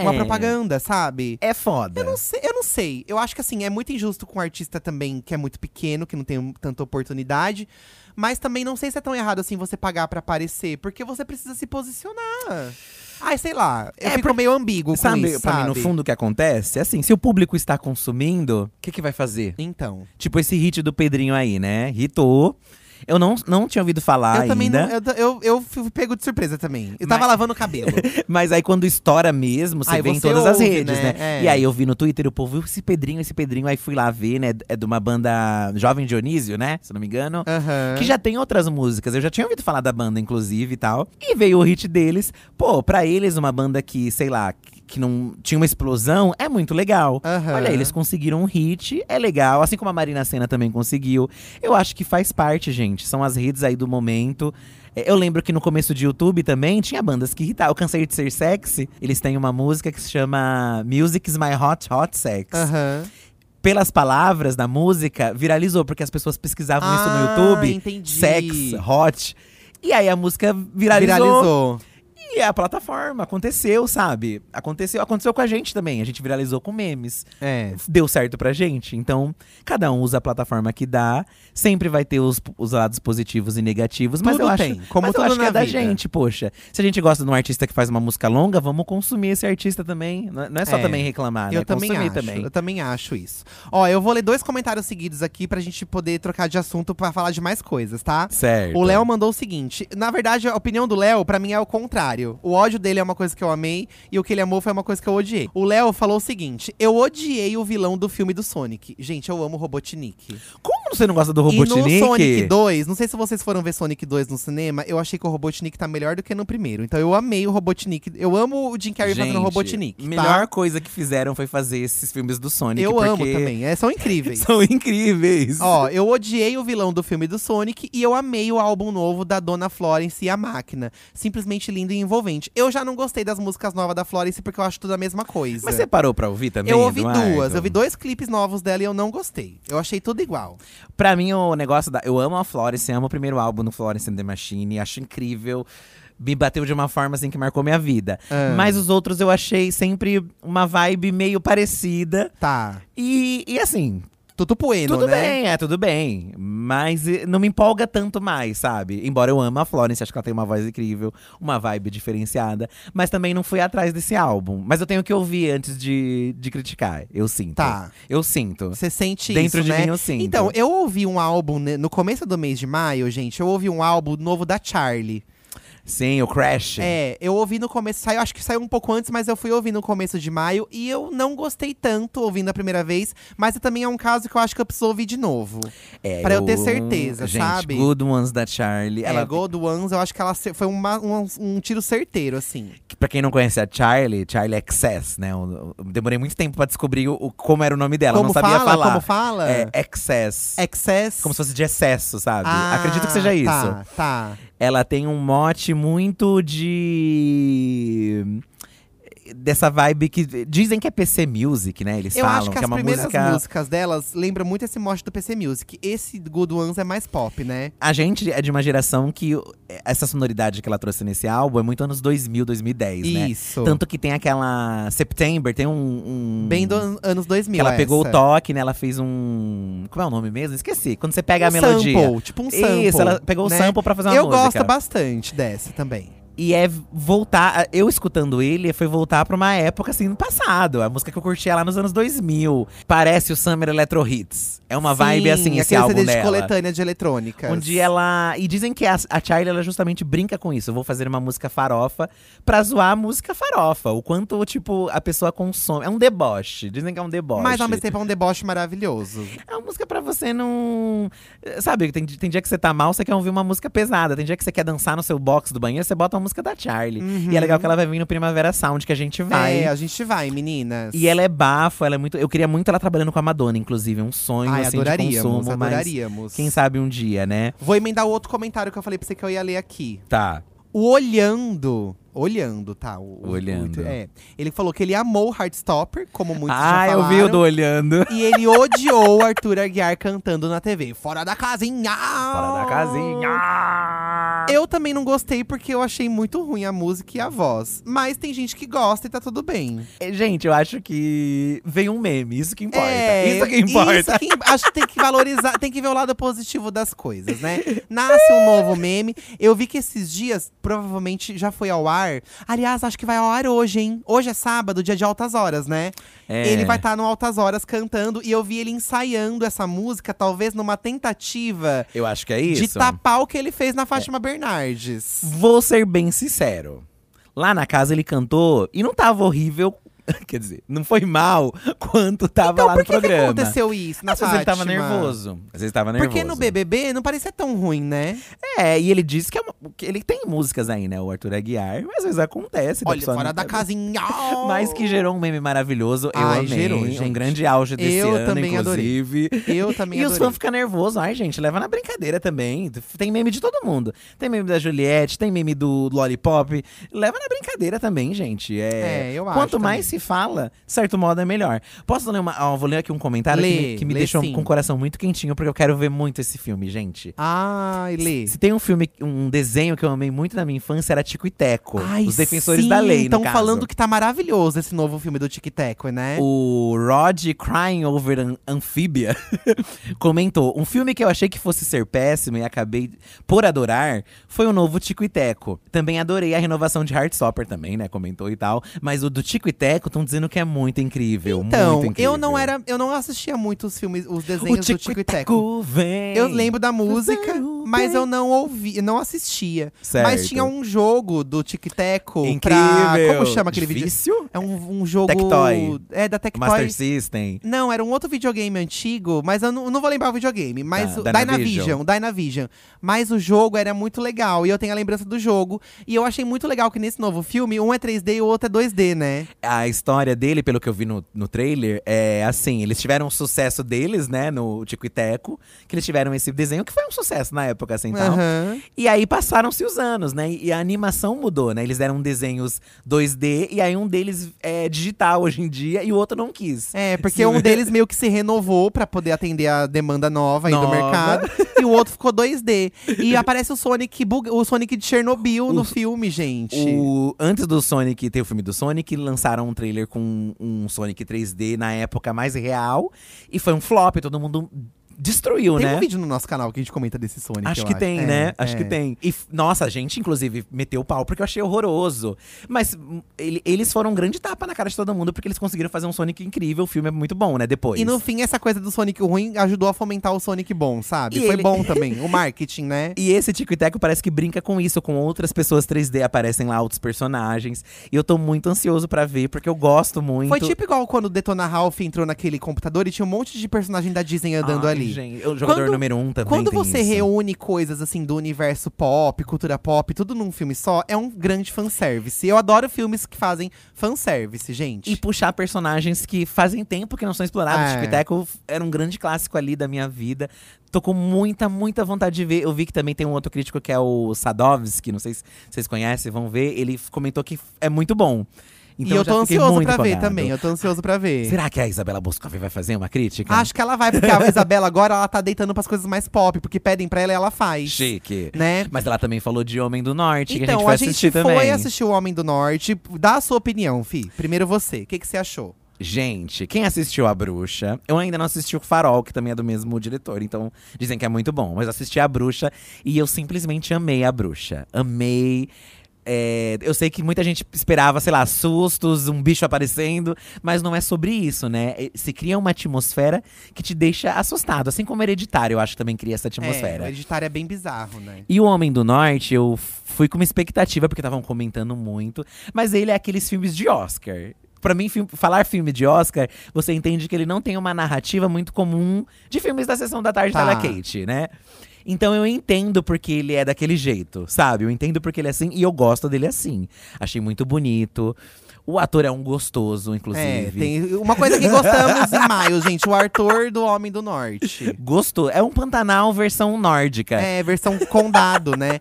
S1: Uma
S2: É.
S1: propaganda, sabe?
S2: É foda.
S1: Eu não, sei, eu não sei. Eu acho que assim, é muito injusto com o artista também que é muito pequeno, que não tem um- tanta oportunidade. Mas também não sei se é tão errado assim você pagar pra aparecer, porque você precisa se posicionar. Ai, sei lá, eu
S2: É,
S1: fico meio ambíguo com
S2: Sabe,
S1: isso,
S2: pra
S1: sabe?
S2: mim, no fundo, o que acontece? é Assim, se o público está consumindo, o que, que vai fazer?
S1: Então.
S2: Tipo esse hit do Pedrinho aí, né? Hitou. Eu não, não tinha ouvido falar
S1: eu também não.
S2: ainda.
S1: Eu, eu, eu fui pego de surpresa também. Eu tava
S2: Mas-
S1: lavando o cabelo.
S2: Mas aí quando estoura mesmo, você
S1: Aí
S2: vê em
S1: você
S2: todas as
S1: ouve,
S2: redes,
S1: né?
S2: né?
S1: É.
S2: E aí eu vi no Twitter o povo, esse Pedrinho, esse Pedrinho. Aí fui lá ver, né? É de uma banda Jovem Dionísio, né? Se não me engano.
S1: Aham.
S2: Que já tem outras músicas. Eu já tinha ouvido falar da banda, inclusive, e tal. E veio o hit deles. Pô, pra eles, uma banda que, sei lá, que que não tinha uma explosão, é muito legal.
S1: Aham.
S2: Olha, eles conseguiram um hit, é legal. Assim como a Marina Senna também conseguiu. Eu acho que faz parte, gente. São as hits aí do momento. É, Eu lembro que no começo de YouTube também tinha bandas que irritavam. Eu cansei de ser sexy. Eles têm uma música que se chama Music's My Hot Hot Sex.
S1: Aham.
S2: pelas palavras da música, viralizou, porque as pessoas pesquisavam isso no
S1: Ah,
S2: YouTube.
S1: entendi.
S2: Sex, hot. E aí a música viralizou.
S1: Viralizou.
S2: E a plataforma aconteceu, sabe? Aconteceu, aconteceu com a gente também. A gente viralizou com memes.
S1: É.
S2: Deu certo pra gente. Então, cada um usa a plataforma que dá. Sempre vai ter os, os lados positivos e negativos. Mas
S1: Tudo
S2: eu
S1: tem,
S2: acho,
S1: como
S2: mas eu
S1: tudo
S2: acho que
S1: na
S2: é da
S1: vida.
S2: gente, poxa. Se a gente gosta de um artista que faz uma música longa, vamos consumir esse artista também. Não é- não é só
S1: É.
S2: também reclamar, né?
S1: Eu também
S2: consumir
S1: acho,
S2: também.
S1: eu também acho isso. Ó, eu vou ler dois comentários seguidos aqui pra gente poder trocar de assunto pra falar de mais coisas, tá?
S2: Certo.
S1: O Léo mandou o seguinte: na verdade, a opinião do Léo, pra mim, é o contrário. O ódio dele é uma coisa que eu amei e o que ele amou foi uma coisa que eu odiei. O Léo falou o seguinte: eu odiei o vilão do filme do Sonic. Gente, eu amo o Robotnik.
S2: Como você não gosta do Robotnik?
S1: E no Sonic 2, não sei se vocês foram ver Sonic 2 no cinema, eu achei que o Robotnik tá melhor do que no primeiro. Então eu amei o Robotnik. Eu amo o Jim Carrey fazendo o
S2: Gente,
S1: Robotnik. tá?
S2: Melhor coisa que fizeram foi fazer esses filmes do Sonic.
S1: Eu
S2: porque
S1: amo também. É, são incríveis.
S2: São incríveis.
S1: Ó, eu odiei o vilão do filme do Sonic e eu amei o álbum novo da Dona Florence e a Máquina. Simplesmente lindo e envolvente. Eu já não gostei das músicas novas da Florence porque eu acho tudo a mesma coisa.
S2: Mas você parou pra ouvir também? é,
S1: eu ouvi
S2: Eduardo?
S1: duas, eu ouvi dois clipes novos dela e eu não gostei. Eu achei tudo igual.
S2: Pra mim, o negócio da. Eu amo a Florence, amo o primeiro álbum do Florence and the Machine, acho incrível. Me bateu de uma forma assim que marcou minha vida. Mas os outros eu achei sempre uma vibe meio parecida.
S1: Tá.
S2: E, e assim,
S1: Tudo poeno,
S2: tudo
S1: né?
S2: bem, é, tudo bem. Mas eh, não me empolga tanto mais, sabe? Embora eu ame a Florence, acho que ela tem uma voz incrível, uma vibe diferenciada. Mas também não fui atrás desse álbum. Mas eu tenho que ouvir antes de, de criticar. Eu sinto.
S1: Tá.
S2: Eu sinto.
S1: Você sente
S2: Dentro
S1: isso,
S2: de
S1: né?
S2: mim, eu sinto.
S1: Então, eu ouvi um álbum né, no começo do mês de maio, gente. Eu ouvi um álbum novo da Charlie.
S2: Sim, o Crash.
S1: É, eu ouvi no começo, saiu, acho que saiu um pouco antes, mas eu fui ouvir no começo de maio e eu não gostei tanto ouvindo a primeira vez, mas também é um caso que eu acho que eu preciso ouvir de novo.
S2: É,
S1: Pra eu ter certeza,
S2: gente,
S1: sabe?
S2: Good Ones da Charlie.
S1: É,
S2: ela,
S1: Gold Ones, eu acho que ela se- foi uma- um, um tiro certeiro, assim.
S2: Pra quem não conhece a Charlie, Charlie Excess, né? Eu- eu demorei muito tempo pra descobrir o, o- como era o nome dela.
S1: como
S2: eu não sabia
S1: fala?
S2: falar.
S1: Como fala?
S2: É, Excess.
S1: Excess.
S2: Como se fosse de excesso, sabe?
S1: Ah,
S2: Acredito que seja
S1: tá,
S2: isso.
S1: Tá.
S2: Ela tem um mote muito de. Dessa vibe que. Dizem que é PC Music, né? Eles
S1: Eu
S2: falam
S1: acho que,
S2: é
S1: as
S2: uma
S1: primeiras
S2: música.
S1: músicas delas lembram muito esse mote do PC Music. Esse Good Ones é mais pop, né?
S2: A gente é de uma geração que o- essa sonoridade que ela trouxe nesse álbum é muito anos 2000, 2010, né?
S1: Isso.
S2: Tanto que tem aquela. September, tem um. um-
S1: Bem dos anos 2000.
S2: que ela pegou o
S1: essa.
S2: toque, né? Ela fez um. Como é o nome mesmo? Esqueci. Quando você pega
S1: um
S2: a melodia.
S1: sample, tipo um sample.
S2: Isso, ela pegou
S1: né?
S2: o sample pra fazer uma
S1: eu
S2: música.
S1: gosto bastante dessa também.
S2: E é voltar. Eu escutando ele, foi voltar pra uma época assim no passado. A música que eu curtia lá nos anos 2000. Parece o Summer Electro Hits. É uma vibe assim, esse
S1: aquele
S2: álbum
S1: CD de
S2: dela.
S1: coletânea de eletrônica.
S2: Onde ela. E dizem que a, a Charlie ela justamente brinca com isso. Eu vou fazer uma música farofa pra zoar a música farofa. O quanto, tipo, a pessoa consome. É um deboche. Dizem que é um deboche.
S1: Mas ao mesmo tempo é um deboche maravilhoso.
S2: É uma música pra você não. Sabe, tem, tem dia que você tá mal, você quer ouvir uma música pesada. Tem dia que você quer dançar no seu box do banheiro, você bota uma música da Charlie. E é legal que ela vai vir no Primavera Sound, que a gente vai.
S1: Uhum. É, a gente vai, meninas.
S2: E ela é bafo, ela é muito. Eu queria muito ela trabalhando com a Madonna, inclusive. É um sonho,
S1: Ai,
S2: assim, de
S1: adoraríamos,
S2: consumo.
S1: adoraríamos.
S2: Mas quem sabe um dia, né?
S1: Vou emendar o outro comentário que eu falei pra você que eu ia ler aqui.
S2: Tá.
S1: O Olhando. Olhando, tá? O, o-
S2: Olhando.
S1: o- é. Ele falou que ele amou Heartstopper, como muitos
S2: ah,
S1: já
S2: eu
S1: falaram.
S2: vi o do olhando.
S1: E ele odiou o Arthur Aguiar cantando na TV. Fora da casinha!
S2: Fora da Ah! casinha!
S1: Eu também não gostei porque eu achei muito ruim a música e a voz. Mas tem gente que gosta e tá tudo bem.
S2: É, Gente, eu acho que veio um meme, isso que importa. isso que importa.
S1: É, isso que im- acho que tem que valorizar, tem que ver o lado positivo das coisas, né? Nasce um novo meme. Eu vi que esses dias, provavelmente, já foi ao ar. Aliás, acho que vai ao ar hoje, hein? Hoje é sábado, dia de altas horas, né?
S2: É.
S1: Ele vai estar no Altas Horas cantando. E eu vi ele ensaiando essa música, talvez numa tentativa
S2: Eu acho que é isso.
S1: de tapar o que ele fez na Fátima Bernardes.
S2: Vou ser bem sincero. Lá na casa ele cantou e não tava horrível. Quer dizer, não foi mal quanto tava
S1: Então,
S2: lá
S1: por
S2: no
S1: que, que
S2: programa.
S1: aconteceu isso na
S2: Às vezes ele tava
S1: Fátima?
S2: nervoso. Às vezes tava nervoso.
S1: Porque no BBB não parecia tão ruim, né?
S2: É, e ele disse que, é uma- que ele tem músicas aí, né? O Arthur Aguiar, mas às vezes acontece. da
S1: Olha,
S2: pessoa
S1: fora
S2: não-
S1: da casinha!
S2: Mas que gerou um meme maravilhoso. Eu
S1: Ai,
S2: amei.
S1: gerou,
S2: Um
S1: gente.
S2: grande auge desse
S1: Eu
S2: ano,
S1: também adorei.
S2: inclusive.
S1: Eu também
S2: E os
S1: adorei.
S2: fãs ficam nervosos. Ai, gente, leva na brincadeira também. Tem meme de todo mundo. Tem meme da Juliette, tem meme do Lollipop. Leva na brincadeira também, gente.
S1: É,
S2: É,
S1: eu acho
S2: Quanto mais se fala, certo modo é melhor. Posso ler uma. ó, vou ler aqui um comentário que
S1: Lê,
S2: me, que me
S1: lê
S2: deixou
S1: sim.
S2: com o coração muito quentinho, porque eu quero ver muito esse filme, gente.
S1: Ai, Lê.
S2: Se tem um filme, um desenho que eu amei muito na minha infância, era Tico e Teco.
S1: Ai,
S2: os Defensores
S1: sim,
S2: da Lei, no
S1: Estão
S2: caso.
S1: falando que tá maravilhoso esse novo filme do Tic Tac, né?
S2: É. O Rod Crying Over an Amphibia comentou: Um filme que eu achei que fosse ser péssimo e acabei por adorar foi o novo Tico e Teco. Também adorei a renovação de Heartstopper também, né? Comentou e tal. Mas o do Tico e Teco estão dizendo que é muito incrível.
S1: então,
S2: muito incrível.
S1: eu não era, eu não assistia muito os filmes, os
S2: O
S1: desenhos do
S2: Tico e Teco vem.
S1: Eu lembro da música,
S2: Fazer o
S1: mas
S2: bem.
S1: eu não ouvi, não assistia.
S2: Certo.
S1: Mas tinha um jogo do Tic Teco
S2: incrível.
S1: pra… Como chama aquele vídeo?
S2: Vício?
S1: É um, um jogo…
S2: Tectoy.
S1: É, da Tectoy.
S2: Master System.
S1: Não, era um outro videogame antigo, mas eu não, não vou lembrar o videogame. Mas
S2: Tá,
S1: o
S2: Dynavision.
S1: Dynavision, Dynavision. Mas o jogo era muito legal, e eu tenho a lembrança do jogo. E eu achei muito legal que nesse novo filme, um é 3D e o outro é 2D, né?
S2: A história dele, pelo que eu vi no, no trailer, é assim: eles tiveram o sucesso deles, né, no Tico e Teco, que eles tiveram esse desenho, que foi um sucesso na época, assim, tal.
S1: Aham.
S2: E aí passaram-se os anos, né, e a animação mudou, né. Eles deram desenhos 2D, e aí um deles é digital hoje em dia, e o outro não quis.
S1: É, porque
S2: Sim.
S1: um deles meio que se renovou pra poder atender a demanda nova aí do
S2: Nova.
S1: mercado. E o outro ficou 2D. E aparece o Sonic, bug- o Sonic de Chernobyl no
S2: O-
S1: filme, gente.
S2: O, antes do Sonic ter o filme do Sonic, lançaram um trailer com um Sonic 3D na época mais real. E foi um flop, todo mundo destruiu,
S1: Tem
S2: né?
S1: um vídeo no nosso canal que a gente comenta desse Sonic,
S2: Acho
S1: eu
S2: que tem,
S1: É,
S2: né? acho
S1: é.
S2: que tem. E, f- nossa, a gente, inclusive, meteu o pau porque eu achei horroroso. Mas hum, ele- eles foram um grande tapa na cara de todo mundo porque eles conseguiram fazer um Sonic incrível. O filme é muito bom, né? Depois.
S1: E no fim, essa coisa do Sonic ruim ajudou a fomentar o Sonic bom, sabe?
S2: E
S1: Foi
S2: ele-
S1: bom também, o marketing, né?
S2: E esse Tico e Teco parece que brinca com isso, com outras pessoas 3D, aparecem lá outros personagens. E eu tô muito ansioso pra ver, porque eu gosto muito.
S1: Foi tipo igual quando o Detona Ralph entrou naquele computador e tinha um monte de personagem da Disney andando
S2: Ai,
S1: ali.
S2: gente, o jogador
S1: Quando-
S2: número um também.
S1: Quando
S2: tem
S1: você
S2: isso.
S1: reúne coisas assim do universo pop, cultura pop, tudo num filme só, é um grande fanservice. Eu adoro filmes que fazem fanservice, gente.
S2: E puxar personagens que fazem tempo que não são explorados.
S1: É.
S2: Tico e Teco era um grande clássico ali da minha vida. Tô com muita, muita vontade de ver. Eu vi que também tem um outro crítico que é o Sadovski, não sei se vocês conhecem, vão ver. Ele f- comentou que f- é muito bom.
S1: E
S2: Então
S1: eu
S2: já
S1: tô
S2: fiquei
S1: ansioso
S2: muito
S1: pra ver
S2: empolgado. tá
S1: também, eu tô ansioso pra ver.
S2: Será que a Isabela Boscov vai fazer uma crítica?
S1: Acho que ela vai, porque a Isabela agora ela tá deitando pras coisas mais pop, porque pedem pra ela e ela faz.
S2: chique.
S1: Né?
S2: Mas ela também falou de Homem do Norte, que a gente
S1: Então,
S2: vai
S1: a gente,
S2: assistir
S1: foi
S2: também.
S1: assistir o Homem do Norte. Dá a sua opinião, Fi. Primeiro você, o que, que você achou?
S2: Gente, quem assistiu A Bruxa, eu ainda não assisti o Farol, que também é do mesmo diretor, então dizem que é muito bom. Mas eu assisti A Bruxa e eu simplesmente amei A Bruxa. Amei. É, eu sei que muita gente esperava, sei lá, sustos, um bicho aparecendo, mas não é sobre isso, né? E- Se cria uma atmosfera que te deixa assustado, assim como Hereditário, eu acho que também cria essa
S1: É, o
S2: atmosfera.
S1: Hereditário é bem bizarro, né?
S2: E o Homem do Norte, eu fui com uma expectativa, porque estavam comentando muito. Mas ele é aqueles filmes de Oscar. Pra mim, fil- falar filme de Oscar, você entende que ele não tem uma narrativa muito comum de filmes da Sessão da Tarde
S1: Tá.
S2: da La Kate, né? Então eu entendo porque ele é daquele jeito, sabe? Eu entendo porque ele é assim e eu gosto dele assim. Achei muito bonito. O ator é um gostoso, inclusive.
S1: É, tem uma coisa que gostamos em maio, gente. O Arthur do Homem do Norte.
S2: Gostoso. É um Pantanal versão nórdica.
S1: É, versão condado, né?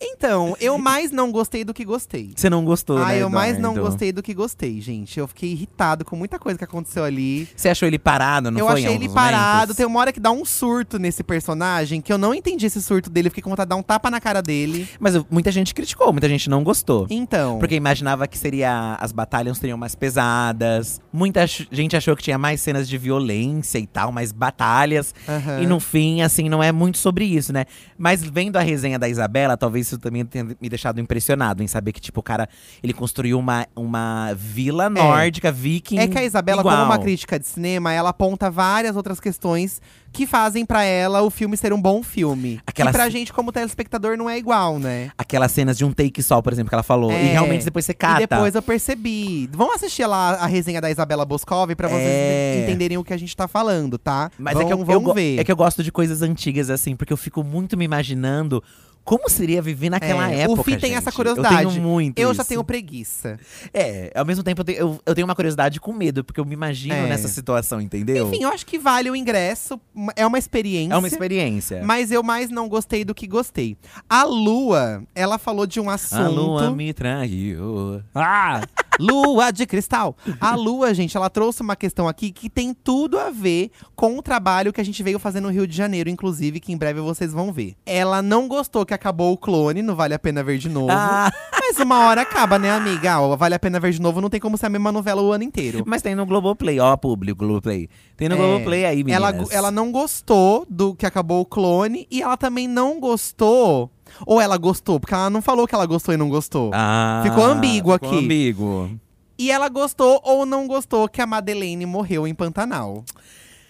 S1: Então, eu mais não gostei do que gostei.
S2: Você não gostou,
S1: Ah,
S2: né,
S1: eu mais não
S2: Eduardo?
S1: gostei do que gostei, gente. Eu fiquei irritado com muita coisa que aconteceu ali.
S2: Você achou ele parado, não
S1: eu
S2: foi? em
S1: achei ele
S2: alguns
S1: parado.
S2: momentos?
S1: Tem uma hora que dá um surto nesse personagem, que eu não entendi esse surto dele. Eu fiquei com vontade de dar um tapa na cara dele.
S2: Mas eu- muita gente criticou, muita gente não gostou.
S1: Então.
S2: Porque imaginava que seria as batalhas seriam mais pesadas. Muita ch- gente achou que tinha mais cenas de violência e tal, mais batalhas.
S1: aham.
S2: E no fim, assim, não é muito sobre isso, né? Mas vendo a resenha da Isabela, talvez isso também tenha me deixado impressionado em saber que, tipo, o cara, ele construiu uma, uma vila nórdica, viking.
S1: É que a Isabela,
S2: igual.
S1: como uma crítica de cinema, ela aponta várias outras questões que fazem pra ela o filme ser um bom filme.
S2: Aquela
S1: Que pra
S2: ci-
S1: gente, como telespectador, não é igual, né?
S2: Aquelas cenas de um take só, por exemplo, que ela falou.
S1: É.
S2: E realmente depois você cata.
S1: E depois eu percebi. Vão assistir lá a resenha da Isabela Boscov pra vocês
S2: É.
S1: entenderem o que a gente tá falando, tá?
S2: Mas
S1: vão,
S2: é que eu, eu
S1: vão
S2: go-
S1: ver.
S2: é que eu gosto de coisas antigas, assim, porque eu fico muito me imaginando como seria viver naquela
S1: É, o
S2: época.
S1: Fih tem
S2: gente.
S1: essa curiosidade.
S2: Eu tenho muito.
S1: Eu já
S2: isso.
S1: tenho preguiça.
S2: É, ao mesmo tempo eu tenho, eu- eu tenho uma curiosidade com medo, porque eu me imagino
S1: É.
S2: nessa situação, entendeu?
S1: Enfim, eu acho que vale o ingresso. É uma experiência.
S2: é uma experiência.
S1: Mas eu mais não gostei do que gostei. A Lua, ela falou de um assunto.
S2: A lua me traiu. Ah!
S1: Lua de cristal. A lua, gente, ela trouxe uma questão aqui que tem tudo a ver com o trabalho que a gente veio fazer no Rio de Janeiro, inclusive, que em breve vocês vão ver. Ela não gostou que acabou o clone, não vale a pena ver de novo.
S2: Ah.
S1: Mas uma hora acaba, né, amiga? Ah, ó, vale a pena ver de novo, não tem como ser a mesma novela o ano inteiro. É.
S2: Mas tem no Globoplay, ó, público Globoplay. Tem no Globoplay aí,
S1: Ela,
S2: meninas.
S1: ela não gostou do que acabou o clone e ela também não gostou. Ou ela gostou, porque ela não falou que ela gostou e não gostou.
S2: Ah,
S1: Ficou ambíguo
S2: Ficou
S1: aqui.
S2: ambíguo.
S1: E ela gostou ou não gostou que a Madeleine morreu em Pantanal.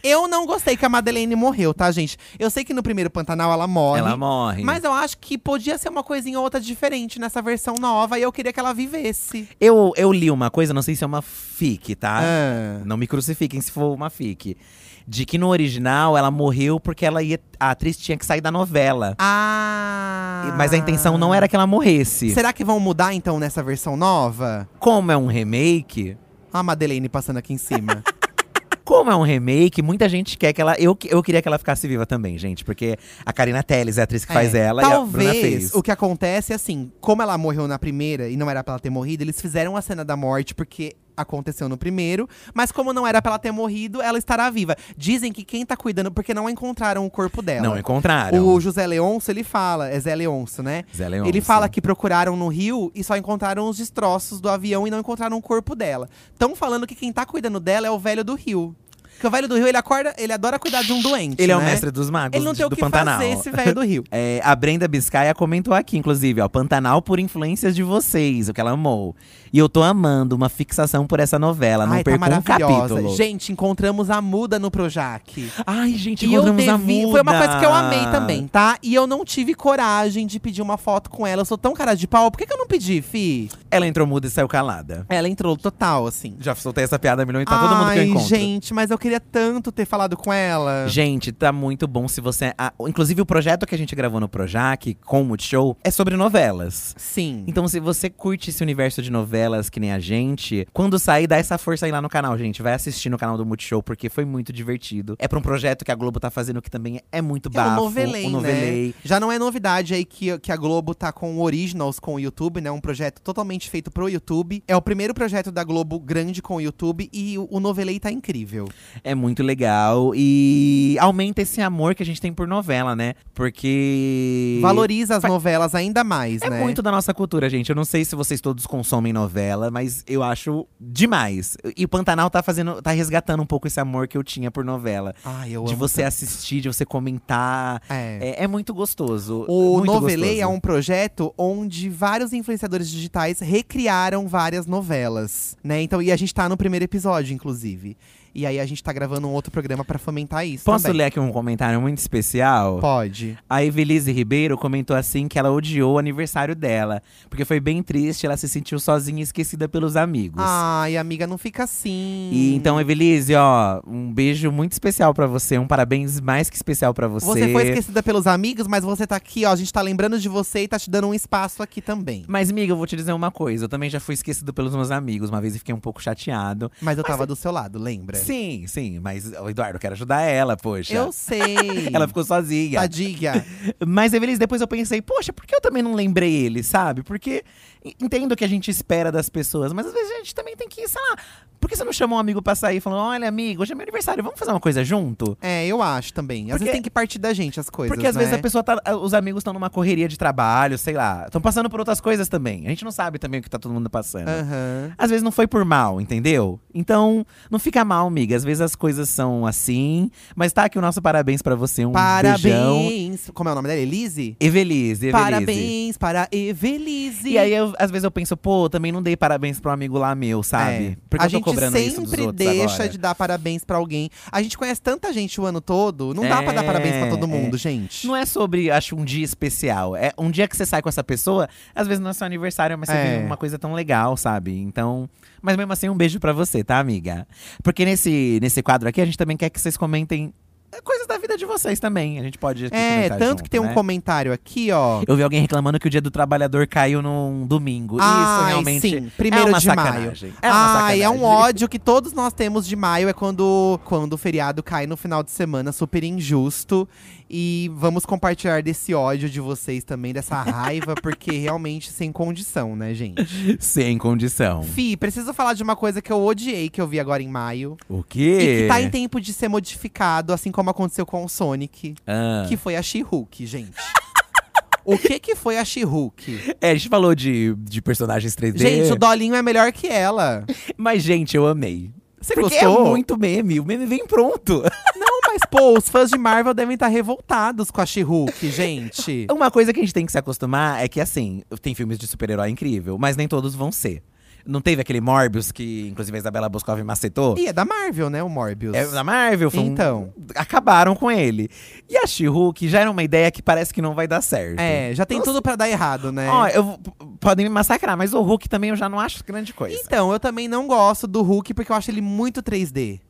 S1: Eu não gostei que a Madeleine morreu, tá, gente? Eu sei que no primeiro Pantanal ela morre.
S2: Ela morre.
S1: Mas eu acho que podia ser uma coisinha ou outra diferente nessa versão nova e eu queria que ela vivesse.
S2: Eu, eu li uma coisa, não sei se é uma fic, tá?
S1: Ah.
S2: Não me crucifiquem se for uma fic. De que no original ela morreu porque ela ia, a atriz tinha que sair da novela.
S1: Ah.
S2: E- Mas a intenção não é era que ela morresse.
S1: Será que vão mudar então nessa versão nova?
S2: Como é um remake,
S1: A Madeleine passando aqui em cima.
S2: como é um remake, muita gente quer que ela. Eu, que- eu queria que ela ficasse viva também, gente. Porque a Karina Telles é a atriz que faz
S1: É.
S2: ela
S1: Talvez
S2: e a Bruna fez.
S1: o que acontece é assim, como ela morreu na primeira e não era pra ela ter morrido, eles fizeram a cena da morte porque aconteceu no primeiro, mas como não era pra ela ter morrido, ela estará viva. Dizem que quem tá cuidando porque não encontraram o corpo dela.
S2: Não é encontraram.
S1: O José Leonço, ele fala, é Zé Leonço, né?
S2: Zé
S1: Ele
S2: Leôncio.
S1: fala que procuraram no Rio e só encontraram os destroços do avião e não encontraram o corpo dela. Estão falando que quem tá cuidando dela é o velho do Rio. Porque o velho do Rio, ele acorda, ele adora cuidar de um doente.
S2: Ele é o
S1: né?
S2: mestre dos magos
S1: Ele não
S2: de-
S1: tem o
S2: do
S1: que
S2: Pantanal.
S1: fazer, esse velho do Rio.
S2: É, a Brenda Biscaia comentou aqui, inclusive, ó. Pantanal por influências de vocês, o que ela amou. E eu tô amando uma fixação por essa novela. Não
S1: Ai, tá
S2: perco um
S1: maravilhosa.
S2: capítulo.
S1: Gente, encontramos a muda no Projac.
S2: Ai, gente,
S1: E eu
S2: encontramos a
S1: devi, foi uma
S2: Muda.
S1: coisa que eu amei também, tá? E eu não tive coragem de pedir uma foto com ela. Eu sou tão cara de pau. Por que, que eu não pedi, fi?
S2: Ela entrou muda e saiu calada.
S1: Ela entrou total, assim.
S2: Já soltei essa piada milhão e tá todo mundo que eu
S1: Ai,
S2: encontro.
S1: gente, mas eu queria tanto ter falado com ela.
S2: Gente, tá muito bom se você. ah, inclusive, o projeto que a gente gravou no Projac, com o Multishow, é sobre novelas.
S1: Sim.
S2: Então, se você curte esse universo de novelas que nem a gente, quando sair, dá essa força aí lá no canal, gente. Vai assistir no canal do Multishow, porque foi muito divertido. É pra um projeto que a Globo tá fazendo que também é muito
S1: É um
S2: bafo.
S1: novelei,
S2: um novelei.
S1: né? Já não é novidade aí que, que a Globo tá com o Originals com o YouTube, né? Um projeto totalmente feito pro YouTube. É o primeiro projeto da Globo grande com o YouTube e o, o novelei tá incrível.
S2: É muito legal. E aumenta esse amor que a gente tem por novela, né? Porque.
S1: Valoriza as
S2: Fa-
S1: novelas ainda mais,
S2: É
S1: né?
S2: muito da nossa cultura, gente. Eu não sei se vocês todos consomem novela, mas eu acho demais. E o Pantanal tá fazendo, tá resgatando um pouco esse amor que eu tinha por novela.
S1: Ai, eu
S2: de
S1: amo
S2: você
S1: tanto.
S2: assistir, de você comentar.
S1: É.
S2: É, é muito gostoso.
S1: O
S2: muito
S1: Novelei
S2: gostoso.
S1: é um projeto onde vários influenciadores digitais recriaram várias novelas, né? Então, e a gente tá no primeiro episódio, inclusive. E aí a gente tá gravando um outro programa pra fomentar isso.
S2: Posso
S1: também.
S2: ler aqui um comentário muito especial?
S1: Pode.
S2: A Evelise Ribeiro comentou assim que ela odiou o aniversário dela, porque foi bem triste, ela se sentiu sozinha e esquecida pelos amigos.
S1: Ai, amiga, não fica assim.
S2: E então, Evelise, ó, um beijo muito especial pra você, um parabéns mais que especial pra você.
S1: Você foi esquecida pelos amigos, mas você tá aqui, ó. A gente tá lembrando de você e tá te dando um espaço aqui também.
S2: Mas, amiga, eu vou te dizer uma coisa. Eu também já fui esquecido pelos meus amigos. Uma vez e fiquei um pouco chateado.
S1: Mas eu tava do seu lado, lembra?
S2: Sim, sim. Mas, ô, Eduardo, eu quero ajudar ela, poxa.
S1: É. Eu sei. Tá,
S2: Ela ficou sozinha.
S1: Tadinha.
S2: Mas, Evelis, depois eu pensei, poxa, por que eu também não lembrei ele, sabe? Porque en- entendo o que a gente espera das pessoas. Mas, às vezes, a gente também tem que, sei lá… Por que você não chama um amigo pra sair falando Olha, amigo, hoje é meu aniversário, vamos fazer uma coisa junto?
S1: É, eu acho também. Às
S2: Porque-
S1: vezes tem que partir da gente as coisas,
S2: Porque às
S1: né?
S2: vezes a pessoa tá. Os amigos estão numa correria de trabalho, sei lá. Estão passando por outras coisas também. A gente não sabe também o que tá todo mundo passando.
S1: É. Aham.
S2: Às vezes não foi por mal, entendeu? Então, não fica mal, amiga. Às vezes as coisas são assim. Mas tá aqui o nosso parabéns pra você. Um
S1: Parabéns.
S2: beijão.
S1: Como é o nome dela? Elise?
S2: Evelise, Evelise.
S1: Parabéns para Evelise.
S2: E aí, eu- às vezes eu penso, pô, eu também não dei parabéns pra um amigo lá meu, sabe?
S1: É.
S2: Porque
S1: a
S2: eu tô
S1: gente
S2: cobrando
S1: sempre
S2: isso dos outros
S1: deixa
S2: agora.
S1: de dar parabéns pra alguém. A gente conhece tanta gente o ano todo, não dá pra dar
S2: É,
S1: parabéns pra todo
S2: é.
S1: mundo, gente.
S2: Não é sobre, acho, um dia especial. É um dia que você sai com essa pessoa, às vezes não é seu aniversário, mas você
S1: É.
S2: vive uma coisa tão legal, sabe? Então. Mas mesmo assim, um beijo pra você, tá, amiga? Porque nesse, nesse quadro aqui, a gente também quer que vocês comentem. é, Coisas da vida de vocês também. A gente pode. aqui
S1: É,
S2: comentar
S1: tanto
S2: junto,
S1: que tem um
S2: né?
S1: comentário aqui, ó.
S2: Eu vi alguém reclamando que o dia do trabalhador caiu num domingo. Isso
S1: Ai,
S2: realmente.
S1: sim,
S2: é
S1: primeiro
S2: uma
S1: de maio.
S2: sacanagem. É uma
S1: Ah,
S2: sacanagem.
S1: é um ódio que todos nós temos de maio. É quando, quando o feriado cai no final de semana, super injusto. E vamos compartilhar desse ódio de vocês também, dessa raiva, porque realmente sem condição, né, gente?
S2: Sem condição.
S1: Fi, preciso falar de uma coisa que eu odiei que eu vi agora em maio.
S2: O
S1: E
S2: quê?
S1: que tá em tempo de ser modificado, assim como aconteceu com o Sonic,
S2: Ah.
S1: que foi a She-Hulk, gente. o que que foi a She-Hulk?
S2: É, a gente falou de, de personagens 3D.
S1: Gente, o Dolinho é melhor que ela.
S2: Mas, gente, eu amei.
S1: Você
S2: Porque
S1: gostou?
S2: é muito meme. O meme vem pronto.
S1: Não, mas pô, os fãs de Marvel devem estar revoltados com a She-Hulk, gente.
S2: Uma coisa que a gente tem que se acostumar é que, assim, tem filmes de super-herói incrível, mas nem todos vão ser. Não teve aquele Morbius que, inclusive, a Isabela Boscov macetou?
S1: E é da Marvel, né, o Morbius.
S2: É da Marvel, foi um-
S1: Então.
S2: acabaram com ele. E a She-Hulk já era uma ideia que parece que não vai dar certo.
S1: É, já tem tudo pra dar errado, né?
S2: Ó, eu vou- p- podem me massacrar, mas o Hulk também eu já não acho grande coisa.
S1: então, eu também não gosto do Hulk porque eu acho ele muito 3D.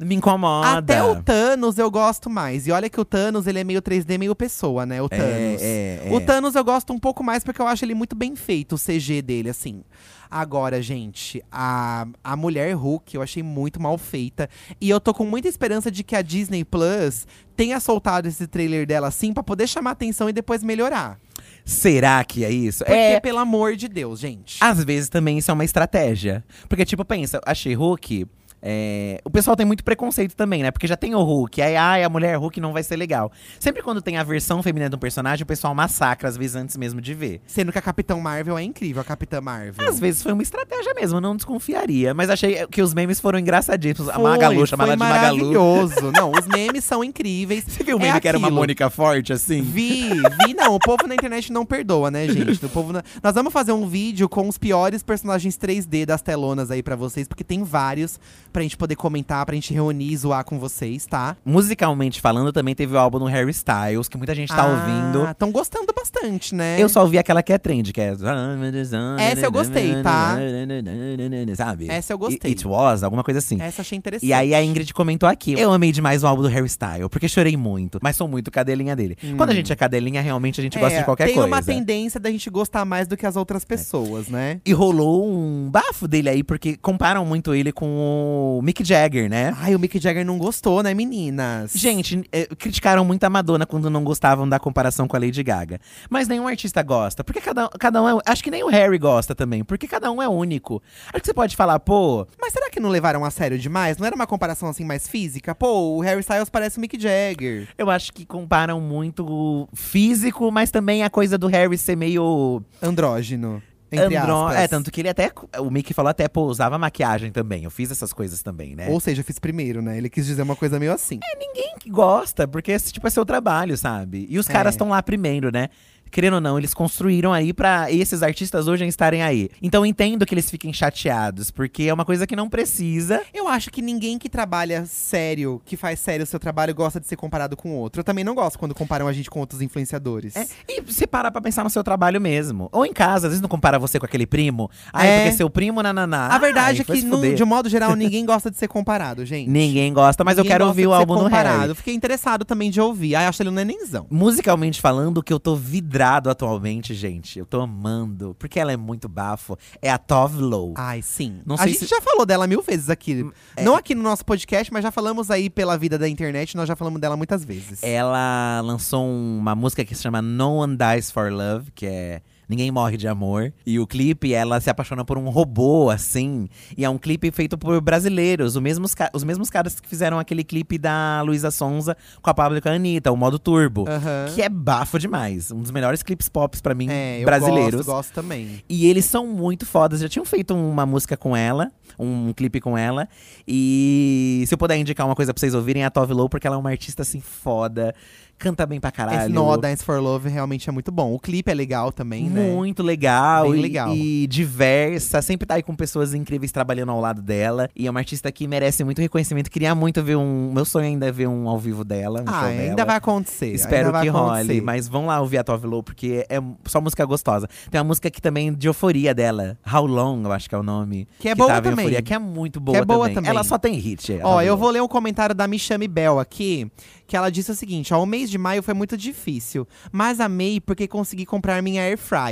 S2: Me incomoda.
S1: Até o Thanos eu gosto mais. E olha que o Thanos, ele é meio 3D, meio pessoa, né? O
S2: É,
S1: Thanos.
S2: é, é.
S1: O Thanos eu gosto um pouco mais porque eu acho ele muito bem feito, o CG dele, assim. Agora, gente, a, a mulher Hulk eu achei muito mal feita. E eu tô com muita esperança de que a Disney Plus tenha soltado esse trailer dela assim pra poder chamar atenção e depois melhorar.
S2: Será que é isso?
S1: Porque,
S2: É.
S1: pelo amor de Deus, gente.
S2: Às vezes também isso é uma estratégia. Porque, tipo, pensa, a She-Hulk. é, o pessoal tem muito preconceito também, né? Porque já tem o Hulk, aí ai, a mulher Hulk não vai ser legal. Sempre quando tem a versão feminina de um personagem, o pessoal massacra, às vezes antes mesmo de ver.
S1: Sendo que a Capitã Marvel é incrível, a Capitã Marvel.
S2: Às vezes foi uma estratégia mesmo, eu não desconfiaria. Mas achei que os memes foram engraçadíssimos. a
S1: Foi,
S2: Magalu,
S1: foi
S2: chamada de Magalu.
S1: maravilhoso. Não, os memes são incríveis.
S2: Você viu o
S1: É
S2: meme que era uma
S1: aquilo.
S2: Mônica forte, assim?
S1: Vi, vi não. O povo na internet não perdoa, né, gente? O povo na- Nós vamos fazer um vídeo com os piores personagens 3D das telonas aí pra vocês, porque tem vários pra gente poder comentar, pra gente reunir e zoar com vocês, tá?
S2: Musicalmente falando, também teve o álbum do Harry Styles, que muita gente
S1: Ah.
S2: tá ouvindo.
S1: Estão gostando bastante, né?
S2: Eu só ouvi aquela que é trend, que é. Essa
S1: eu gostei, tá?
S2: Sabe?
S1: Essa eu gostei.
S2: It was, alguma coisa assim.
S1: Essa eu achei interessante.
S2: E aí a Ingrid comentou aqui. Eu amei demais o álbum do Harry Styles, porque chorei muito, mas sou muito cadelinha dele. Quando a gente é cadelinha, realmente a gente gosta
S1: Hum. É,
S2: de qualquer
S1: tem
S2: coisa. É.
S1: uma tendência da gente gostar mais do que as outras pessoas, né?
S2: E rolou um bafo dele aí, porque comparam muito ele com o Mick Jagger, né?
S1: Ai, o Mick Jagger não gostou, né, meninas?
S2: Gente, eh, criticaram muito a Madonna quando não gostavam da comparação com a Lady Gaga. Mas nenhum artista gosta, porque cada, cada um é. Acho que nem o Harry gosta também, porque cada um é único. Acho que você pode falar, pô,
S1: Mas será que não levaram a sério demais? Não era uma comparação assim mais física? Pô, o Harry Styles parece o Mick Jagger.
S2: eu acho que comparam muito o físico, mas também a coisa do Harry ser meio.
S1: Andrógino. Entre
S2: andró-
S1: aspas.
S2: É, tanto que ele até. O Mickey falou até, pô, usava maquiagem também. Eu fiz essas coisas também, né?
S1: Ou seja, eu fiz primeiro, né? Ele quis dizer uma coisa meio assim.
S2: que gosta, porque esse tipo é seu trabalho, sabe? E os
S1: É.
S2: caras estão lá primeiro, né? Querendo ou não, eles construíram aí pra esses artistas hoje estarem aí. Então eu entendo que eles fiquem chateados, porque é uma coisa que não precisa.
S1: Eu acho que ninguém que trabalha sério, que faz sério o seu trabalho, gosta de ser comparado com outro. Eu também não gosto quando comparam a gente com outros influenciadores.
S2: É, e você parar pra pensar no seu trabalho mesmo. Ou em casa, às vezes não compara você com aquele primo. Ah,
S1: É.
S2: porque seu primo, nananá.
S1: A verdade
S2: Ai,
S1: é
S2: vai
S1: que,
S2: se
S1: num-
S2: fuder.
S1: de um modo geral, ninguém gosta de ser comparado, gente.
S2: Ninguém gosta, mas eu
S1: Ninguém
S2: quero
S1: gosta
S2: ouvir
S1: de
S2: o
S1: ser
S2: álbum do Harry.
S1: comparado. Fiquei interessado também de ouvir. Ai, acho ele um nenenzão.
S2: Musicalmente falando, o que eu tô vidrado atualmente, gente. Eu tô amando, porque ela é muito bafo. É a Tove Lo.
S1: Ai, sim.
S2: Não
S1: a
S2: sei
S1: gente
S2: se-
S1: já falou dela mil vezes aqui. Não aqui no nosso podcast, mas já falamos aí pela vida da internet. Nós já falamos dela muitas vezes.
S2: Ela lançou um, uma música que se chama No One Dies for Love, que é Ninguém Morre de Amor. E o clipe, ela se apaixona por um robô, assim. E é um clipe feito por brasileiros, os mesmos, ca- os mesmos caras que fizeram aquele clipe da Luísa Sonza com a Pablo e com a Anitta, o modo turbo.
S1: Aham.
S2: Que é bafo demais. Um dos melhores clipes pop pra mim,
S1: É, eu
S2: brasileiros.
S1: gosto, gosto também.
S2: E eles são muito fodas. Já tinham feito uma música com ela, um clipe com ela. E se eu puder indicar uma coisa pra vocês ouvirem, é a Tove Lo, porque ela é uma artista assim foda, canta bem pra caralho.
S1: Esse No All Dance for Love realmente é muito bom. O clipe é legal também, né?
S2: Muito legal,
S1: Bem
S2: e,
S1: legal.
S2: e diversa. Sempre tá aí com pessoas incríveis trabalhando ao lado dela. E é uma artista que merece muito reconhecimento. Queria muito ver um. Meu sonho ainda é ver um ao vivo dela. Um
S1: Ah,
S2: show
S1: ainda
S2: dela.
S1: vai acontecer.
S2: Espero
S1: ainda vai
S2: que role.
S1: acontecer.
S2: Mas vão lá ouvir a Tove Lo, porque é só música gostosa. Tem uma música aqui também de euforia dela. How Long, eu acho que é o nome.
S1: Que é boa
S2: tava em
S1: também.
S2: Euforia, que é muito boa,
S1: é boa também.
S2: Ela só tem hit. a
S1: Ó,
S2: Tove
S1: eu
S2: Lo.
S1: vou ler um comentário da Michame Bell aqui, que ela disse o seguinte: ó, o mês de maio foi muito difícil, mas amei porque consegui comprar minha air fryer.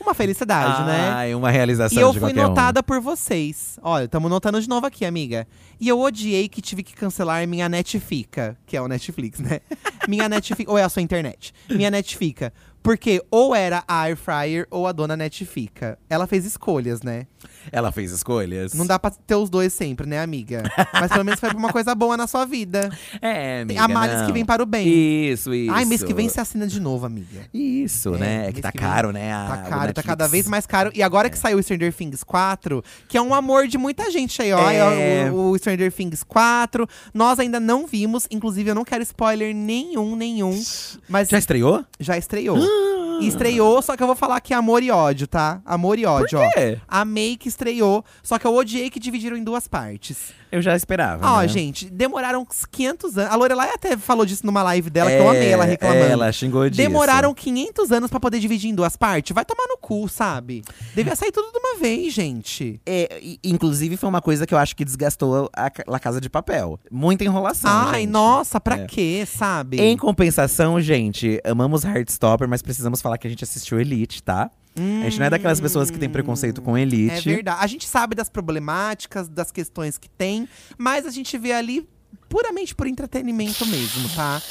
S1: Uma felicidade,
S2: Ah,
S1: né?
S2: Ai, uma realização
S1: E eu
S2: de
S1: fui
S2: qualquer um.
S1: notada por vocês. Olha, estamos notando de novo aqui, amiga. E eu odiei que tive que cancelar minha Netfica, que é o Netflix, né? minha Netfica. Ou é a sua internet. Minha Netfica. Porque ou era a Air Fryer ou a dona Netfica. Ela fez escolhas, né?
S2: Ela fez escolhas.
S1: Não dá pra ter os dois sempre, né, amiga? Mas pelo menos foi pra uma coisa boa na sua vida.
S2: É,
S1: Tem-
S2: amiga,
S1: Há males
S2: não.
S1: que vem para o bem.
S2: Isso, isso.
S1: Ai, mês que vem se assina de novo, amiga.
S2: Isso,
S1: É,
S2: né? É que
S1: mês
S2: tá
S1: que vem.
S2: caro, né? a-
S1: Tá
S2: o
S1: caro, tá
S2: Netflix. É.
S1: cada vez mais caro. E agora que saiu o Stranger Things 4, que é um amor de muita gente aí, ó.
S2: É.
S1: O, o Stranger Things 4. Nós ainda não vimos, inclusive eu não quero spoiler nenhum, nenhum. Mas
S2: Já Ah. estreou?
S1: já estreou. E estreou, só que eu vou falar que é amor e ódio, tá? Amor e ódio, ó.
S2: É.
S1: Amei que estreou, só que eu odiei que dividiram em duas partes.
S2: Eu já esperava.
S1: Ó,
S2: né?
S1: gente, demoraram uns 500 anos. A Lorelai até falou disso numa live dela, que eu amei ela
S2: É,
S1: reclamando.
S2: Ela xingou disso.
S1: Demoraram 500 anos pra poder dividir em duas partes. Vai tomar no cu, sabe? Devia sair tudo de uma vez, gente.
S2: É, e- inclusive, foi uma coisa que eu acho que desgastou a, ca- La Casa de Papel. Muita enrolação.
S1: Ai,
S2: gente.
S1: nossa, pra
S2: É.
S1: quê, sabe?
S2: Em compensação, gente, amamos Heartstopper, mas precisamos falar que a gente assistiu Elite, tá? a gente não é daquelas pessoas que tem preconceito com
S1: Hum. É
S2: Elite.
S1: verdade. A gente sabe das problemáticas, das questões que tem, mas a gente vê ali puramente por entretenimento mesmo, tá?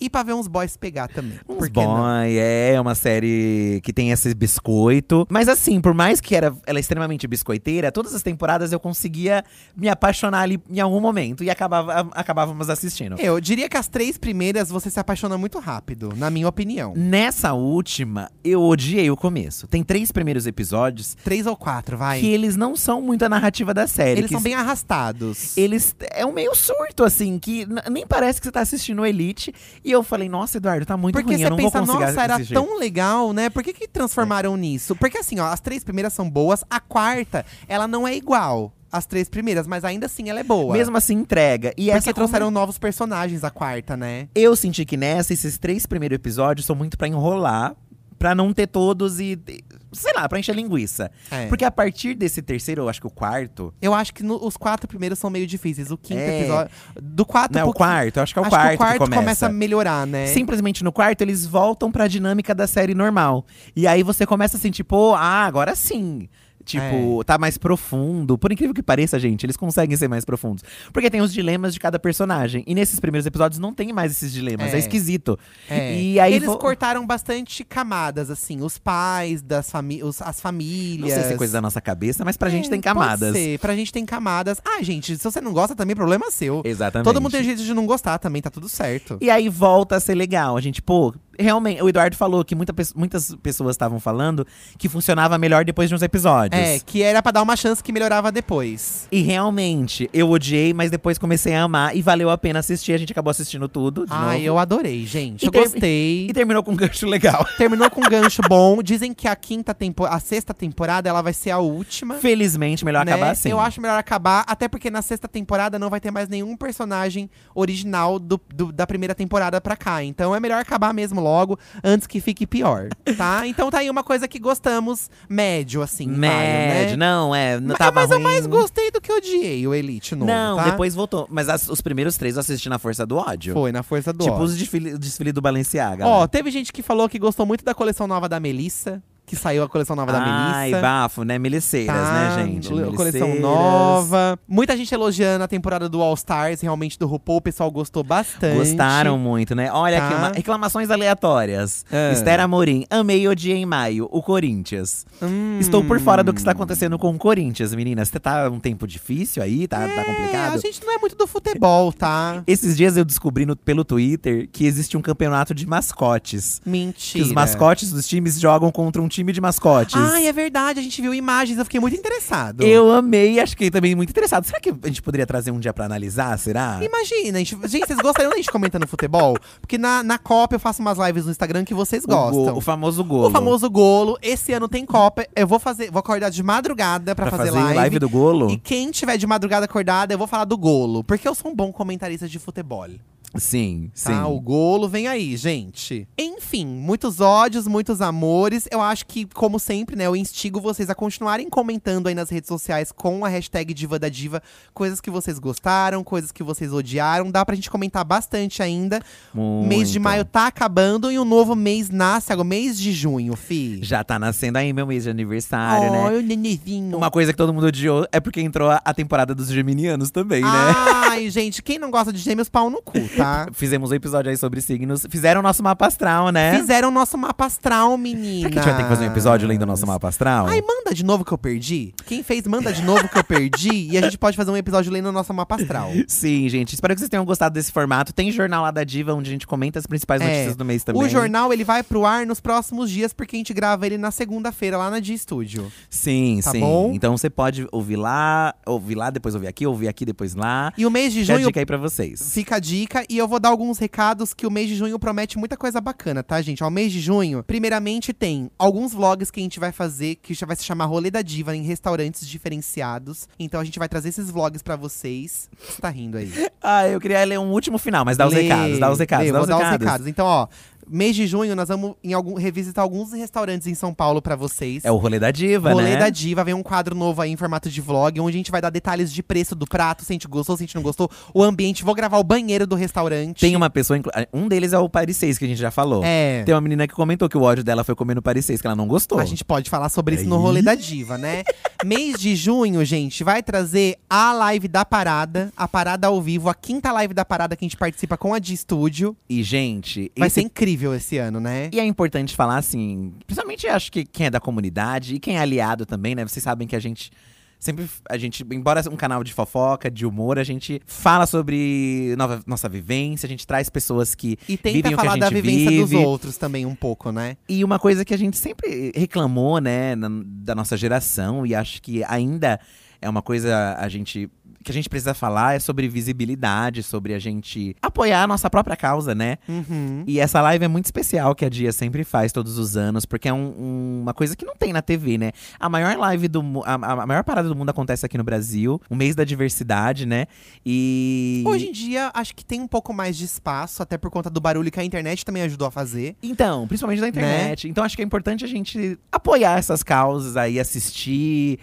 S1: E pra ver uns boys pegar também.
S2: Uns
S1: por que
S2: Boy,
S1: não?
S2: é uma série que tem esse biscoito. Mas assim, por mais que era, ela é extremamente biscoiteira, todas as temporadas eu conseguia me apaixonar ali em algum momento. E acabava, a- acabávamos assistindo.
S1: Eu diria que as três primeiras você se apaixona muito rápido, na minha opinião.
S2: Nessa última, eu odiei o começo. Tem três primeiros episódios
S1: Três ou quatro, vai.
S2: que eles não são muito a narrativa da série.
S1: Eles
S2: que
S1: são bem arrastados.
S2: Eles. É um meio surto, assim, que n- nem parece que você tá assistindo Elite. E eu falei, nossa, Eduardo, tá muito
S1: Porque
S2: ruim, eu não
S1: pensa,
S2: vou conseguir É.
S1: nossa, era
S2: assistir.
S1: tão legal, né? Por que, que transformaram nisso? Porque assim, ó, as três primeiras são boas, a quarta, ela não é igual às três primeiras, mas ainda assim ela é boa.
S2: Mesmo assim, entrega. E
S1: Porque
S2: essa
S1: trouxeram novos personagens a quarta, né?
S2: Eu senti que nessa, esses três primeiros episódios são muito pra enrolar, pra não ter todos e. e- Sei lá, pra encher linguiça.
S1: É.
S2: Porque a partir desse terceiro, eu acho que o quarto.
S1: Eu acho que no- os quatro primeiros são meio difíceis. O quinto
S2: É.
S1: episódio. Do quatro
S2: Não, é o
S1: pro-
S2: quarto, eu acho que é o
S1: um acho
S2: quarto
S1: que o quarto
S2: começa.
S1: a melhorar, né?
S2: Simplesmente no quarto, eles voltam pra dinâmica da série normal. E aí você começa assim, tipo, ah, agora sim. Tipo,
S1: É.
S2: tá mais profundo. Por incrível que pareça, gente, eles conseguem ser mais profundos. Porque tem os dilemas de cada personagem. E nesses primeiros episódios não tem mais esses dilemas. É,
S1: É.
S2: esquisito.
S1: É.
S2: E aí
S1: Eles
S2: vo-
S1: cortaram bastante camadas, assim. Os pais, das fami os- as
S2: Não
S1: famílias.
S2: sei se é coisa da nossa cabeça, mas pra gente
S1: É,
S2: tem
S1: pode
S2: camadas.
S1: ser. Pra gente tem camadas. Ah, gente, se você não gosta também, problema seu.
S2: Exatamente.
S1: Todo mundo tem jeito de não gostar também, tá tudo certo.
S2: E aí volta a ser legal. A gente, pô, realmente. O Eduardo falou que muita, pe- muitas pessoas estavam falando que funcionava melhor depois de uns episódios.
S1: É, que era pra dar uma chance que melhorava depois.
S2: E realmente, eu odiei, mas depois comecei a amar e valeu a pena assistir. A gente acabou assistindo tudo de
S1: Ai,
S2: novo.
S1: eu adorei, gente.
S2: E
S1: eu
S2: ter-
S1: gostei.
S2: E terminou com um gancho legal.
S1: Terminou com um gancho bom. Dizem que a quinta temporada, a sexta temporada, ela vai ser a última.
S2: Felizmente, melhor
S1: né?
S2: acabar assim.
S1: Eu acho melhor acabar, até porque na sexta temporada não vai ter mais nenhum personagem original do, do- da primeira temporada pra cá. Então é melhor acabar mesmo logo, antes que fique pior, tá? Então tá aí uma coisa que gostamos, médio, assim. em maio,
S2: Médio,
S1: né?
S2: não, é. Não
S1: Mas-
S2: tava
S1: mas
S2: ruim.
S1: eu mais gostei do que odiei o Elite novo,
S2: Não,
S1: tá?
S2: depois voltou. Mas as- os primeiros três eu assisti na força do ódio.
S1: Foi, na força do
S2: tipo
S1: ódio.
S2: os desfile, desfile do Balenciaga. né?
S1: Ó,
S2: lá.
S1: teve gente que falou que gostou muito da coleção nova da Melissa. Que saiu a coleção nova da
S2: Ai,
S1: Melissa.
S2: bafo, né? Meliceiras,
S1: Tá,
S2: né, gente?
S1: l- Coleção
S2: Meliceiras.
S1: nova. Muita gente elogiando a temporada do All Stars, realmente do RuPaul. O pessoal gostou bastante.
S2: Gostaram muito, né? Olha aqui,
S1: Tá.
S2: uma- reclamações aleatórias.
S1: Ah.
S2: Esther Amorim, amei e odiei em maio, o Corinthians.
S1: Hum.
S2: Estou por fora do que está acontecendo com o Corinthians, meninas. Cê Tá um tempo difícil aí, tá, tá
S1: É, a
S2: complicado?
S1: gente não é muito do futebol, tá?
S2: Esses dias eu descobri no- pelo Twitter que existe um campeonato de mascotes. Que
S1: Mentira.
S2: os mascotes dos times jogam contra um time de mascotes.
S1: Ai, é verdade, a gente viu imagens, eu fiquei muito interessado.
S2: Eu amei, acho que também muito interessado. Será que a gente poderia trazer um dia pra analisar? Será?
S1: Imagina, a gente, gente, vocês gostariam da gente comentando futebol? Porque na, na Copa eu faço umas lives no Instagram que vocês
S2: O,
S1: gostam.
S2: go- o famoso golo.
S1: O famoso golo. Esse ano tem Copa. Eu vou fazer, vou acordar de madrugada pra,
S2: pra fazer, live.
S1: live.
S2: do golo?
S1: E quem tiver de madrugada acordada, eu vou falar do golo. Porque eu sou um bom comentarista de futebol.
S2: Sim, sim.
S1: Tá? O golo vem aí, gente. Enfim, muitos ódios, muitos amores. Eu acho que, como sempre, né, eu instigo vocês a continuarem comentando aí nas redes sociais com a hashtag Diva da Diva. Coisas que vocês gostaram, coisas que vocês odiaram. Dá pra gente comentar bastante ainda. O
S2: Muito.
S1: Mês de maio tá acabando e um novo mês nasce agora. Mês de junho, fi.
S2: Já tá nascendo aí meu mês de aniversário, né?
S1: Ai, o nenenzinho.
S2: Uma coisa que todo mundo odiou é porque entrou a- a temporada dos geminianos também,
S1: Ah,
S2: né?
S1: Ai, gente, quem não gosta de gêmeos, pau no cu, tá?
S2: Fizemos um episódio aí sobre signos. Fizeram o nosso mapa astral, né?
S1: Fizeram o nosso mapa astral, menina.
S2: Será que a gente vai ter que fazer um episódio lendo o nosso mapa astral?
S1: Ai, manda de novo que eu perdi. Quem fez, manda de novo que eu perdi. e a gente pode fazer um episódio lendo o nosso mapa astral.
S2: Sim, gente. Espero que vocês tenham gostado desse formato. Tem jornal lá da Diva, onde a gente comenta as principais
S1: É,
S2: notícias do mês também.
S1: O jornal, ele vai pro ar nos próximos dias, porque a gente grava ele na segunda-feira, lá na Dia Estúdio.
S2: Sim,
S1: Tá
S2: sim.
S1: bom?
S2: Então você pode ouvir lá, ouvir lá, depois ouvir aqui, ouvir aqui, depois lá.
S1: E o mês de
S2: Fica a
S1: junho…
S2: dica aí pra vocês.
S1: Fica a dica e eu vou dar alguns recados que o mês de junho promete muita coisa bacana, tá, gente? Ao mês de junho, primeiramente tem alguns vlogs que a gente vai fazer que já vai se chamar Rolê da Diva em restaurantes diferenciados. Então a gente vai trazer esses vlogs pra vocês. Você tá rindo aí.
S2: Ah, eu queria ler um último final, mas dá os
S1: Lê,
S2: recados, dá os recados,
S1: lê,
S2: dá
S1: vou
S2: os
S1: dar
S2: recados.
S1: os recados. Então, ó, mês de junho nós vamos em algum, revisitar alguns restaurantes em São Paulo pra vocês.
S2: É o rolê da Diva,
S1: Rolê
S2: né?
S1: da Diva, vem um quadro novo aí em formato de vlog, onde a gente vai dar detalhes de preço do prato, se a gente gostou, se a gente não gostou, o ambiente. Vou gravar o banheiro do restaurante.
S2: Tem uma pessoa, inclu- um deles é o Paris 6, que a gente já falou.
S1: É.
S2: Tem um uma menina que comentou que o ódio dela foi comendo Paris 6, que ela não gostou.
S1: A gente pode falar sobre isso no rolê da diva, né? Mês de junho, gente, vai trazer a live da parada, a parada ao vivo, a quinta live da parada que a gente participa com a de estúdio.
S2: E, gente,
S1: Vai
S2: esse-
S1: ser incrível esse ano, né?
S2: E é importante falar assim, principalmente acho que quem é da comunidade e quem é aliado também, né? Vocês sabem que a gente sempre a gente, embora seja um canal de fofoca, de humor, a gente fala sobre nova- nossa vivência, a gente traz pessoas que
S1: E
S2: Vivem
S1: tenta
S2: o que a
S1: falar da
S2: gente
S1: vivência dos
S2: vive.
S1: outros também um pouco, né?
S2: e uma coisa que a gente sempre reclamou, né, na- da nossa geração e acho que ainda é uma coisa a gente que a gente precisa falar é sobre visibilidade, sobre a gente apoiar a nossa própria causa, né?
S1: Uhum.
S2: E essa live é muito especial que a Dia sempre faz todos os anos, porque é um- um- uma coisa que não tem na TV, né? A maior live do mu- a, a- a maior parada do mundo acontece aqui no Brasil, o mês da diversidade, né? E
S1: Hoje em dia, acho que tem um pouco mais de espaço, até por conta do barulho que a internet também ajudou a fazer.
S2: então, principalmente na internet. Então acho que é importante a gente apoiar essas causas aí, assistir,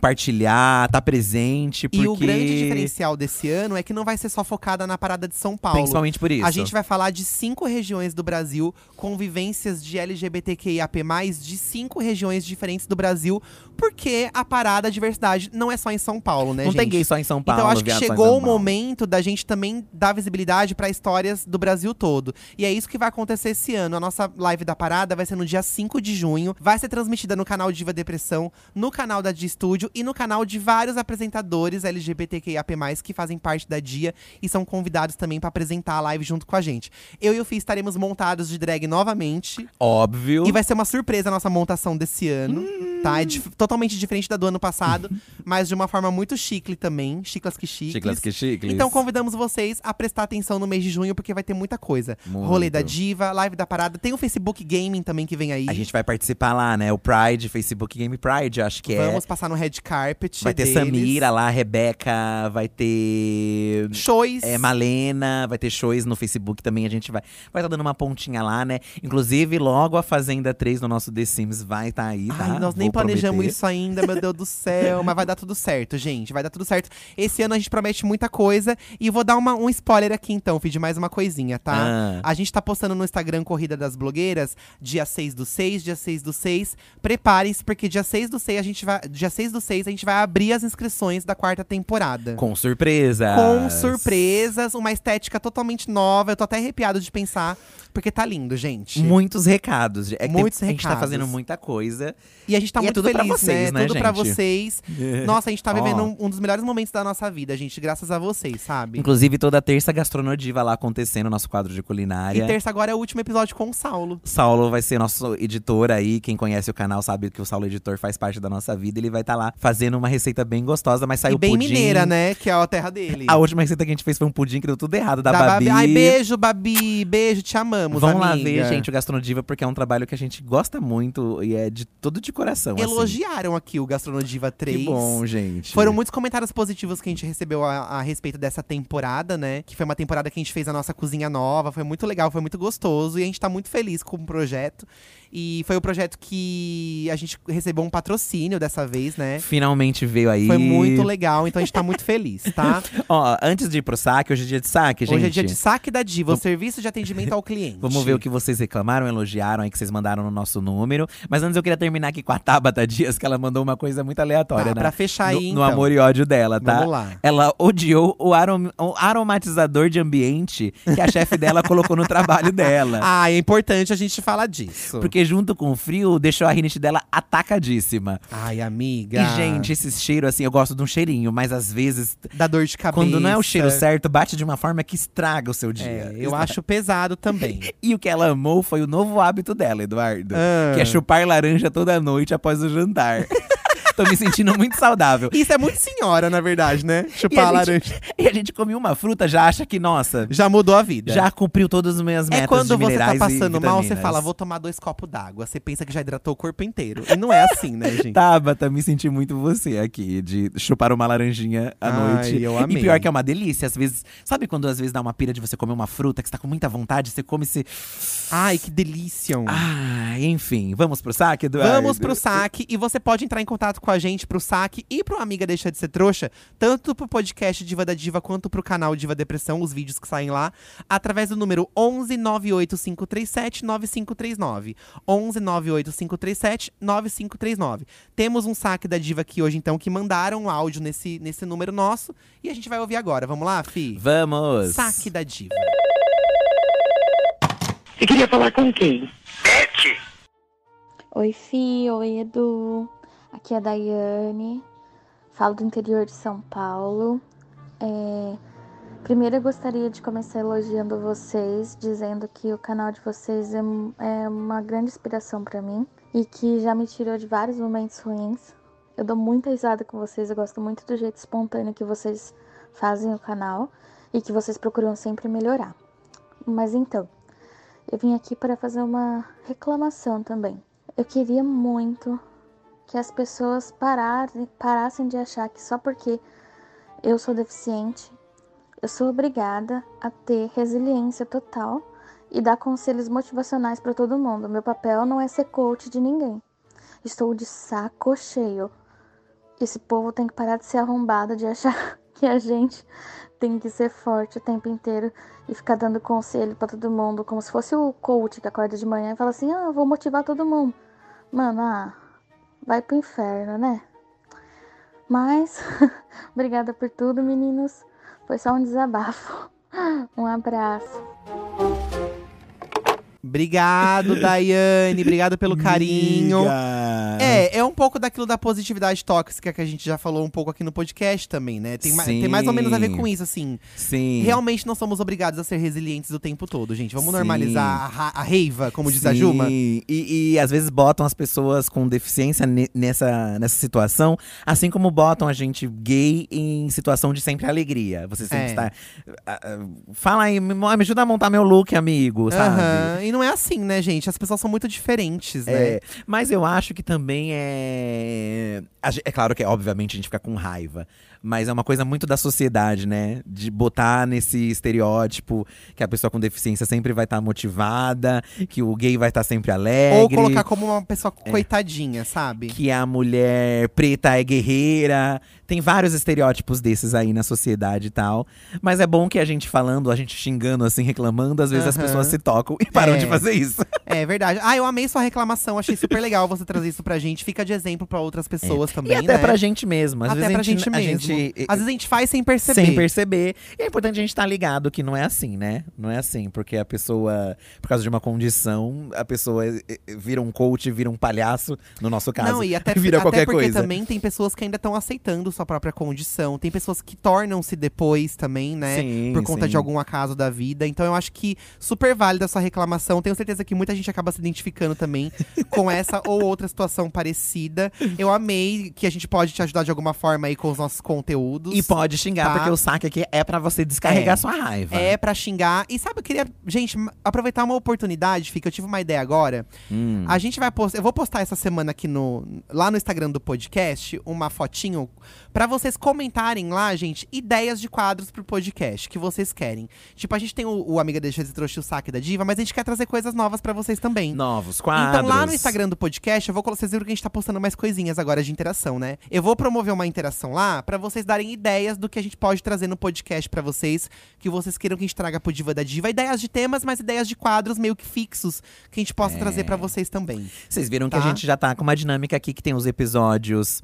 S2: compartilhar, estar presente, porque
S1: E o grande diferencial desse ano é que não vai ser só focada na parada de São Paulo.
S2: principalmente por isso.
S1: A gente vai falar de cinco regiões do Brasil com vivências de LGBTQIAP+, de cinco regiões diferentes do Brasil, porque a parada a diversidade não é só em São Paulo, né,
S2: não
S1: gente?
S2: tem gay só em São Paulo,
S1: Então acho que
S2: viado só em
S1: chegou
S2: São
S1: o
S2: Paulo.
S1: momento da gente também dar visibilidade para histórias do Brasil todo. E é isso que vai acontecer esse ano. A nossa live da parada vai ser no dia 5 de junho, vai ser transmitida no canal Diva Depressão, no canal da Dia Estúdio e no canal de vários apresentadores LGBTQIAP+ que fazem parte da Dia e são convidados também para apresentar a live junto com a gente. Eu e o Fih estaremos montados de drag novamente.
S2: Óbvio.
S1: E vai ser uma surpresa a nossa montação desse ano. Tá? É dif- totalmente diferente da do ano passado, mas de uma forma muito chicle também. Chiclas que chicles.
S2: Chicles que chicles.
S1: Então convidamos vocês a prestar atenção no mês de junho, porque vai ter muita coisa.
S2: Muito.
S1: Rolê da Diva, live da parada. Tem o Facebook Gaming também que vem aí.
S2: A gente vai participar lá, né? O Pride, Facebook Game Pride, acho que
S1: Vamos passar no red carpet.
S2: é. Vai ter
S1: deles.
S2: Samira lá, Rebeca, vai ter.
S1: Shows.
S2: É, Malena, vai ter shows no Facebook também, a gente vai vai tá dando uma pontinha lá, né? Inclusive, logo a Fazenda 3 no nosso The Sims vai estar aí, tá?
S1: Ai, nós
S2: Vou
S1: nem planejamos
S2: prometer.
S1: isso ainda, meu Deus do céu. Mas vai dar tudo certo, gente. Vai dar tudo certo. Esse ano a gente promete muita coisa. E vou dar uma- um spoiler aqui então, Fih, de mais uma coisinha, tá?
S2: Ah.
S1: A gente tá postando no Instagram Corrida das Blogueiras, dia 6 do 6, dia 6 do 6. Preparem-se, porque dia 6 do 6 a gente vai. Dia 6 do 6 a gente vai abrir as inscrições da quarta temporada. temporada.
S2: Com surpresa.
S1: Com surpresas, uma estética totalmente nova. Eu tô até arrepiado de pensar, porque tá lindo, gente.
S2: Muitos recados. É que tem-
S1: Muitos
S2: A gente tá
S1: recados.
S2: fazendo muita coisa.
S1: E a gente tá
S2: E é
S1: muito
S2: tudo pra
S1: feliz,
S2: vocês,
S1: né?
S2: né,
S1: tudo pra
S2: gente?
S1: vocês. Nossa, a gente tá
S2: Ó.
S1: vivendo um, um dos melhores momentos da nossa vida, gente. Graças a vocês, sabe?
S2: Inclusive, toda terça, Gastronodiva lá acontecendo, nosso quadro de culinária.
S1: E terça agora é o último episódio com o Saulo.
S2: Saulo vai ser nosso editor aí. Quem conhece o canal sabe que o Saulo Editor faz parte da nossa vida. Ele vai estar lá fazendo uma receita bem gostosa, mas saiu
S1: e bem
S2: pudim.
S1: mineira, né? Que é a terra dele.
S2: A última receita que a gente fez foi um pudim que deu tudo errado, da,
S1: Da
S2: Babi.
S1: Ai, beijo, Babi. Beijo, te amamos,
S2: Vão lá
S1: amiga.
S2: ver, gente, o Gastronodiva, porque é um trabalho que a gente gosta muito e é de todo de coração. assim.
S1: Elogiaram aqui o Gastronodiva 3.
S2: Que bom, gente.
S1: Foram muitos comentários positivos que a gente recebeu a, a respeito dessa temporada, né? Que foi uma temporada que a gente fez a nossa cozinha nova. Foi muito legal, foi muito gostoso. E a gente tá muito feliz com o projeto. E foi o projeto que a gente recebeu um patrocínio dessa vez, né?
S2: Finalmente veio aí.
S1: Foi muito legal, então a gente tá muito feliz, tá?
S2: Ó, antes de ir pro saque, hoje é dia de saque, gente.
S1: Hoje é dia de saque da diva, o serviço de atendimento ao cliente.
S2: Vamos ver o que vocês reclamaram, elogiaram aí, que vocês mandaram no nosso número. Mas antes eu queria terminar aqui com a Tabata Dias, que ela mandou uma coisa muito aleatória,
S1: tá,
S2: né?
S1: Pra fechar
S2: no,
S1: aí,
S2: no
S1: então.
S2: amor e ódio dela, tá?
S1: Vamos lá.
S2: Ela odiou o, arom- o aromatizador de ambiente que a chefe dela colocou no trabalho dela.
S1: Ah, é importante a gente falar disso.
S2: Porque junto com o frio, deixou a rinite dela atacadíssima.
S1: Ai, amiga.
S2: E, gente, esse cheiro, assim, eu gosto de um cheirinho. Mas, às vezes,
S1: dá dor de cabeça.
S2: quando não é o cheiro certo, bate de uma forma que estraga o seu dia.
S1: É, eu acho pesado também.
S2: E o que ela amou foi o novo hábito dela, Eduardo.
S1: Ah.
S2: Que é chupar laranja toda noite após o jantar. Tô me sentindo muito saudável.
S1: Isso é muito senhora, na verdade, né?
S2: E a,
S1: Chupar a
S2: gente,
S1: laranja.
S2: e a gente come uma fruta, já acha que, nossa,
S1: Já mudou a vida.
S2: já cumpriu todas as minhas metas
S1: é quando
S2: de
S1: você tá
S2: minerais e
S1: passando mal, você
S2: vitaminas.
S1: fala, vou tomar dois copos d'água. Você pensa que já hidratou o corpo inteiro. E não é assim, né, gente?
S2: Tabata, Tá, me senti muito você aqui, de chupar uma laranjinha à
S1: Ai,
S2: noite.
S1: eu amei.
S2: E pior que é uma delícia, às vezes. Sabe quando às vezes dá uma pira de você comer uma fruta que você tá com muita vontade, você come esse.
S1: Ai, que delícia. um.
S2: Ah, enfim, vamos pro saque, Eduardo?
S1: Vamos pro saque e você pode entrar em contato com a gente pro saque e pro Amiga Deixa de Ser Trouxa, tanto pro podcast Diva da Diva quanto pro canal Diva Depressão, os vídeos que saem lá, através do número 11 98537 9539. 11 98537 9539. Temos um saque da Diva aqui hoje, então, que mandaram um áudio nesse, nesse número nosso e a gente vai ouvir agora. Vamos lá, Fi?
S2: Vamos!
S1: Saque da Diva.
S3: Você queria falar com quem?
S4: Oi, Fi, oi, Edu. Aqui é a Daiane. Falo do interior de São Paulo. É, Primeiro, eu gostaria de começar elogiando vocês, dizendo que o canal de vocês é, um- é uma grande inspiração pra mim e que já me tirou de vários momentos ruins. Eu dou muita risada com vocês, eu gosto muito do jeito espontâneo que vocês fazem o canal e que vocês procuram sempre melhorar. Mas então, eu vim aqui para fazer uma reclamação também. Eu queria muito que as pessoas pararem, parassem de achar que só porque eu sou deficiente, eu sou obrigada a ter resiliência total e dar conselhos motivacionais para todo mundo. Meu papel não é ser coach de ninguém. Estou de saco cheio. Esse povo tem que parar de ser arrombado, de achar que a gente tem que ser forte o tempo inteiro e ficar dando conselho para todo mundo, como se fosse o coach que acorda de manhã e fala assim: ah, eu vou motivar todo mundo. Mano, ah, vai pro inferno, né? Mas, obrigada por tudo, meninos. Foi só um desabafo. Um abraço.
S1: Obrigado, Daiane. Obrigado pelo carinho.
S2: Amiga.
S1: É, é um pouco daquilo da positividade tóxica que a gente já falou um pouco aqui no podcast também, né? Tem, ma- tem mais ou menos a ver com
S2: Sim.
S1: isso, assim.
S2: Sim.
S1: Realmente não somos obrigados a ser resilientes o tempo todo, gente. Vamos
S2: Sim.
S1: normalizar a, ra- a raiva, como diz a
S2: Sim,
S1: Juma.
S2: E, e às vezes botam as pessoas com deficiência ne- nessa, nessa situação, assim como botam a gente gay em situação de sempre alegria. Você sempre
S1: É.
S2: está. ah, ah, Fala aí, me, me ajuda a montar meu look, amigo, sabe?
S1: Aham. E não é assim, né, gente? As pessoas são muito diferentes, né?
S2: É, mas eu acho que também é. a gen- É claro que, obviamente, a gente fica com raiva. Mas é uma coisa muito da sociedade, né? De botar nesse estereótipo que a pessoa com deficiência sempre vai estar motivada, que o gay vai estar sempre alegre.
S1: Ou colocar como uma pessoa
S2: É.
S1: coitadinha, sabe?
S2: que a mulher preta é guerreira. Tem vários estereótipos desses aí na sociedade e tal. Mas é bom que a gente falando, a gente xingando, assim, reclamando, às vezes as
S1: Aham.
S2: pessoas se tocam e param
S1: É.
S2: de fazer isso.
S1: É verdade. Ah, eu amei sua reclamação. Achei super legal você trazer isso pra gente. Fica de exemplo pra outras pessoas também,
S2: É. e até
S1: né?
S2: pra gente mesmo. Às
S1: Até
S2: vezes
S1: pra
S2: a gente, É,
S1: gente
S2: a
S1: mesmo.
S2: gente-
S1: Às vezes a gente faz sem perceber.
S2: Sem perceber. E é importante a gente estar ligado que não é assim, né? Não é assim, porque a pessoa, por causa de uma condição, a pessoa eh, eh, vira um coach, vira um palhaço, no nosso caso.
S1: Não, e até,
S2: vira
S1: até
S2: qualquer
S1: porque
S2: coisa.
S1: também tem pessoas que ainda estão aceitando sua própria condição. Tem pessoas que tornam-se depois também, né?
S2: Sim,
S1: por conta
S2: sim.
S1: de algum acaso da vida. Então eu acho que super válida essa reclamação. Tenho certeza que muita gente acaba se identificando também com essa ou outra situação parecida. Eu amei que a gente pode te ajudar de alguma forma aí com os nossos conteúdos.
S2: E pode xingar,
S1: Tá.
S2: porque o saque aqui é pra você descarregar
S1: É.
S2: sua raiva.
S1: É pra xingar. E sabe, eu queria, gente, ma- aproveitar uma oportunidade, fica, eu tive uma ideia agora.
S2: Hum.
S1: A gente vai postar, eu vou postar essa semana aqui no lá no Instagram do podcast uma fotinho pra vocês comentarem lá, gente, ideias de quadros pro podcast que vocês querem. Tipo, a gente tem o, o Amiga Deixa de Trouxa e o Saque da Diva, mas a gente quer trazer coisas novas pra vocês também.
S2: Novos quadros.
S1: Então lá no Instagram do podcast, eu vou colo- vocês viram que a gente tá postando mais coisinhas agora de interação, né? Eu vou promover uma interação lá pra vocês darem ideias do que a gente pode trazer no podcast pra vocês, que vocês queiram que a gente traga pro Diva da Diva, ideias de temas, mas ideias de quadros meio que fixos que a gente
S2: É.
S1: possa trazer pra vocês também.
S2: Vocês viram
S1: Tá.
S2: que a gente já tá com uma dinâmica aqui que tem os episódios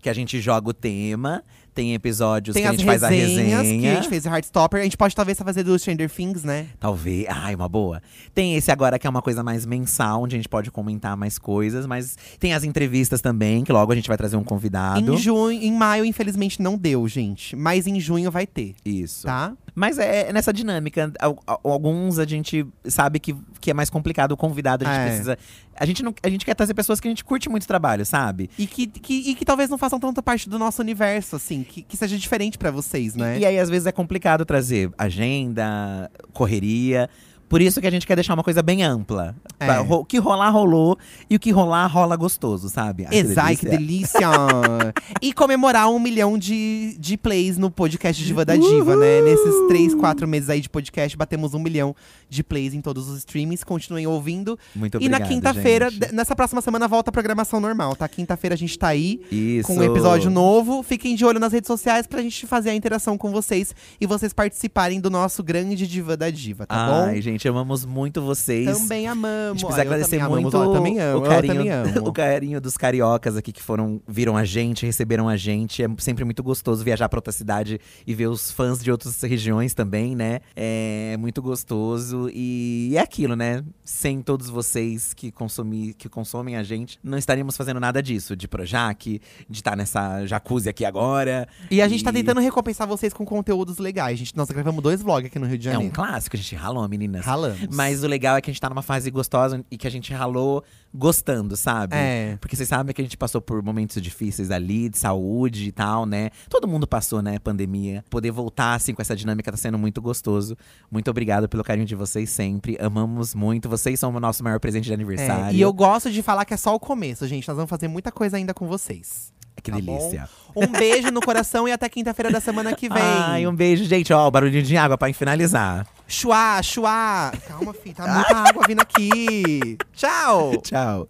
S2: que a gente joga o tema, tem episódios
S1: Tem
S2: que a
S1: as
S2: gente faz a
S1: resenhas que a
S2: resenha.
S1: gente fez o Heartstopper, a gente pode talvez fazer do Stranger Things, né?
S2: Talvez. Ai, uma boa. Tem esse agora que é uma coisa mais mensal, onde a gente pode comentar mais coisas, mas tem as entrevistas também, que logo a gente vai trazer um convidado.
S1: Em junho, em maio infelizmente não deu, gente, mas em junho vai ter,
S2: Isso.
S1: tá?
S2: Mas é é nessa dinâmica. Al- al- Alguns a gente sabe que, que é mais complicado o convidado, a gente
S1: É.
S2: precisa. A gente, não, a gente quer trazer pessoas que a gente curte muito o trabalho, sabe?
S1: E que, que- e que talvez não façam tanta parte do nosso universo, assim, que, que seja diferente pra vocês, né?
S2: E aí, às vezes, é complicado trazer agenda, correria. Por isso que a gente quer deixar uma coisa bem ampla.
S1: É.
S2: Pra- ro- O que rolar, rolou. E o que rolar, rola gostoso, sabe? é Ai, que
S1: Exai, que
S2: delícia.
S1: delícia! e comemorar um milhão de, de plays no podcast Diva da Diva, né? Nesses três, quatro meses aí de podcast, batemos um milhão de plays em todos os streamings. Continuem ouvindo.
S2: Muito
S1: e
S2: obrigado,
S1: na quinta-feira,
S2: gente.
S1: de- nessa próxima semana, volta a programação normal, tá? Quinta-feira a gente tá aí.
S2: Isso.
S1: Com um episódio novo. Fiquem de olho nas redes sociais pra gente fazer a interação com vocês e vocês participarem do nosso grande Diva da Diva, tá bom?
S2: Ai, gente, amamos muito vocês.
S1: Também amamos.
S2: A gente
S1: Olha,
S2: precisa
S1: eu
S2: agradecer
S1: também
S2: muito
S1: amo, Então, eu também amo,
S2: o,
S1: eu
S2: carinho,
S1: também amo.
S2: o carinho dos cariocas aqui que foram viram a gente, receberam a gente. É sempre muito gostoso viajar pra outra cidade e ver os fãs de outras regiões também, né? É muito gostoso e é aquilo, né? Sem todos vocês que, consumi, que consomem a gente, não estaríamos fazendo nada disso, de Projac, de estar nessa jacuzzi aqui agora.
S1: E a gente tá
S2: E-
S1: tentando recompensar vocês com conteúdos legais. Gente, nós gravamos dois vlogs aqui no Rio de
S2: É um
S1: Janeiro.
S2: clássico, a gente ralou, meninas.
S1: Ralamos.
S2: Mas o legal é que a gente tá numa fase gostosa e que a gente ralou gostando, sabe?
S1: É.
S2: Porque vocês sabem que a gente passou por momentos difíceis ali, de saúde e tal, né? Todo mundo passou, né? Pandemia. Poder voltar, assim, com essa dinâmica tá sendo muito gostoso. Muito obrigado pelo carinho de vocês sempre. Amamos muito. Vocês são o nosso maior presente de
S1: É,
S2: aniversário.
S1: e eu gosto de falar que é só o começo, gente. Nós vamos fazer muita coisa ainda com vocês.
S2: Que
S1: tá bom?
S2: delícia.
S1: Um beijo no coração e até quinta-feira da semana que vem.
S2: Ai, um beijo, gente. Ó, o barulhinho de água pra finalizar. Ah.
S1: Chuá, chuá. Calma, filho. Tá muita água vindo aqui. Tchau.
S2: Tchau.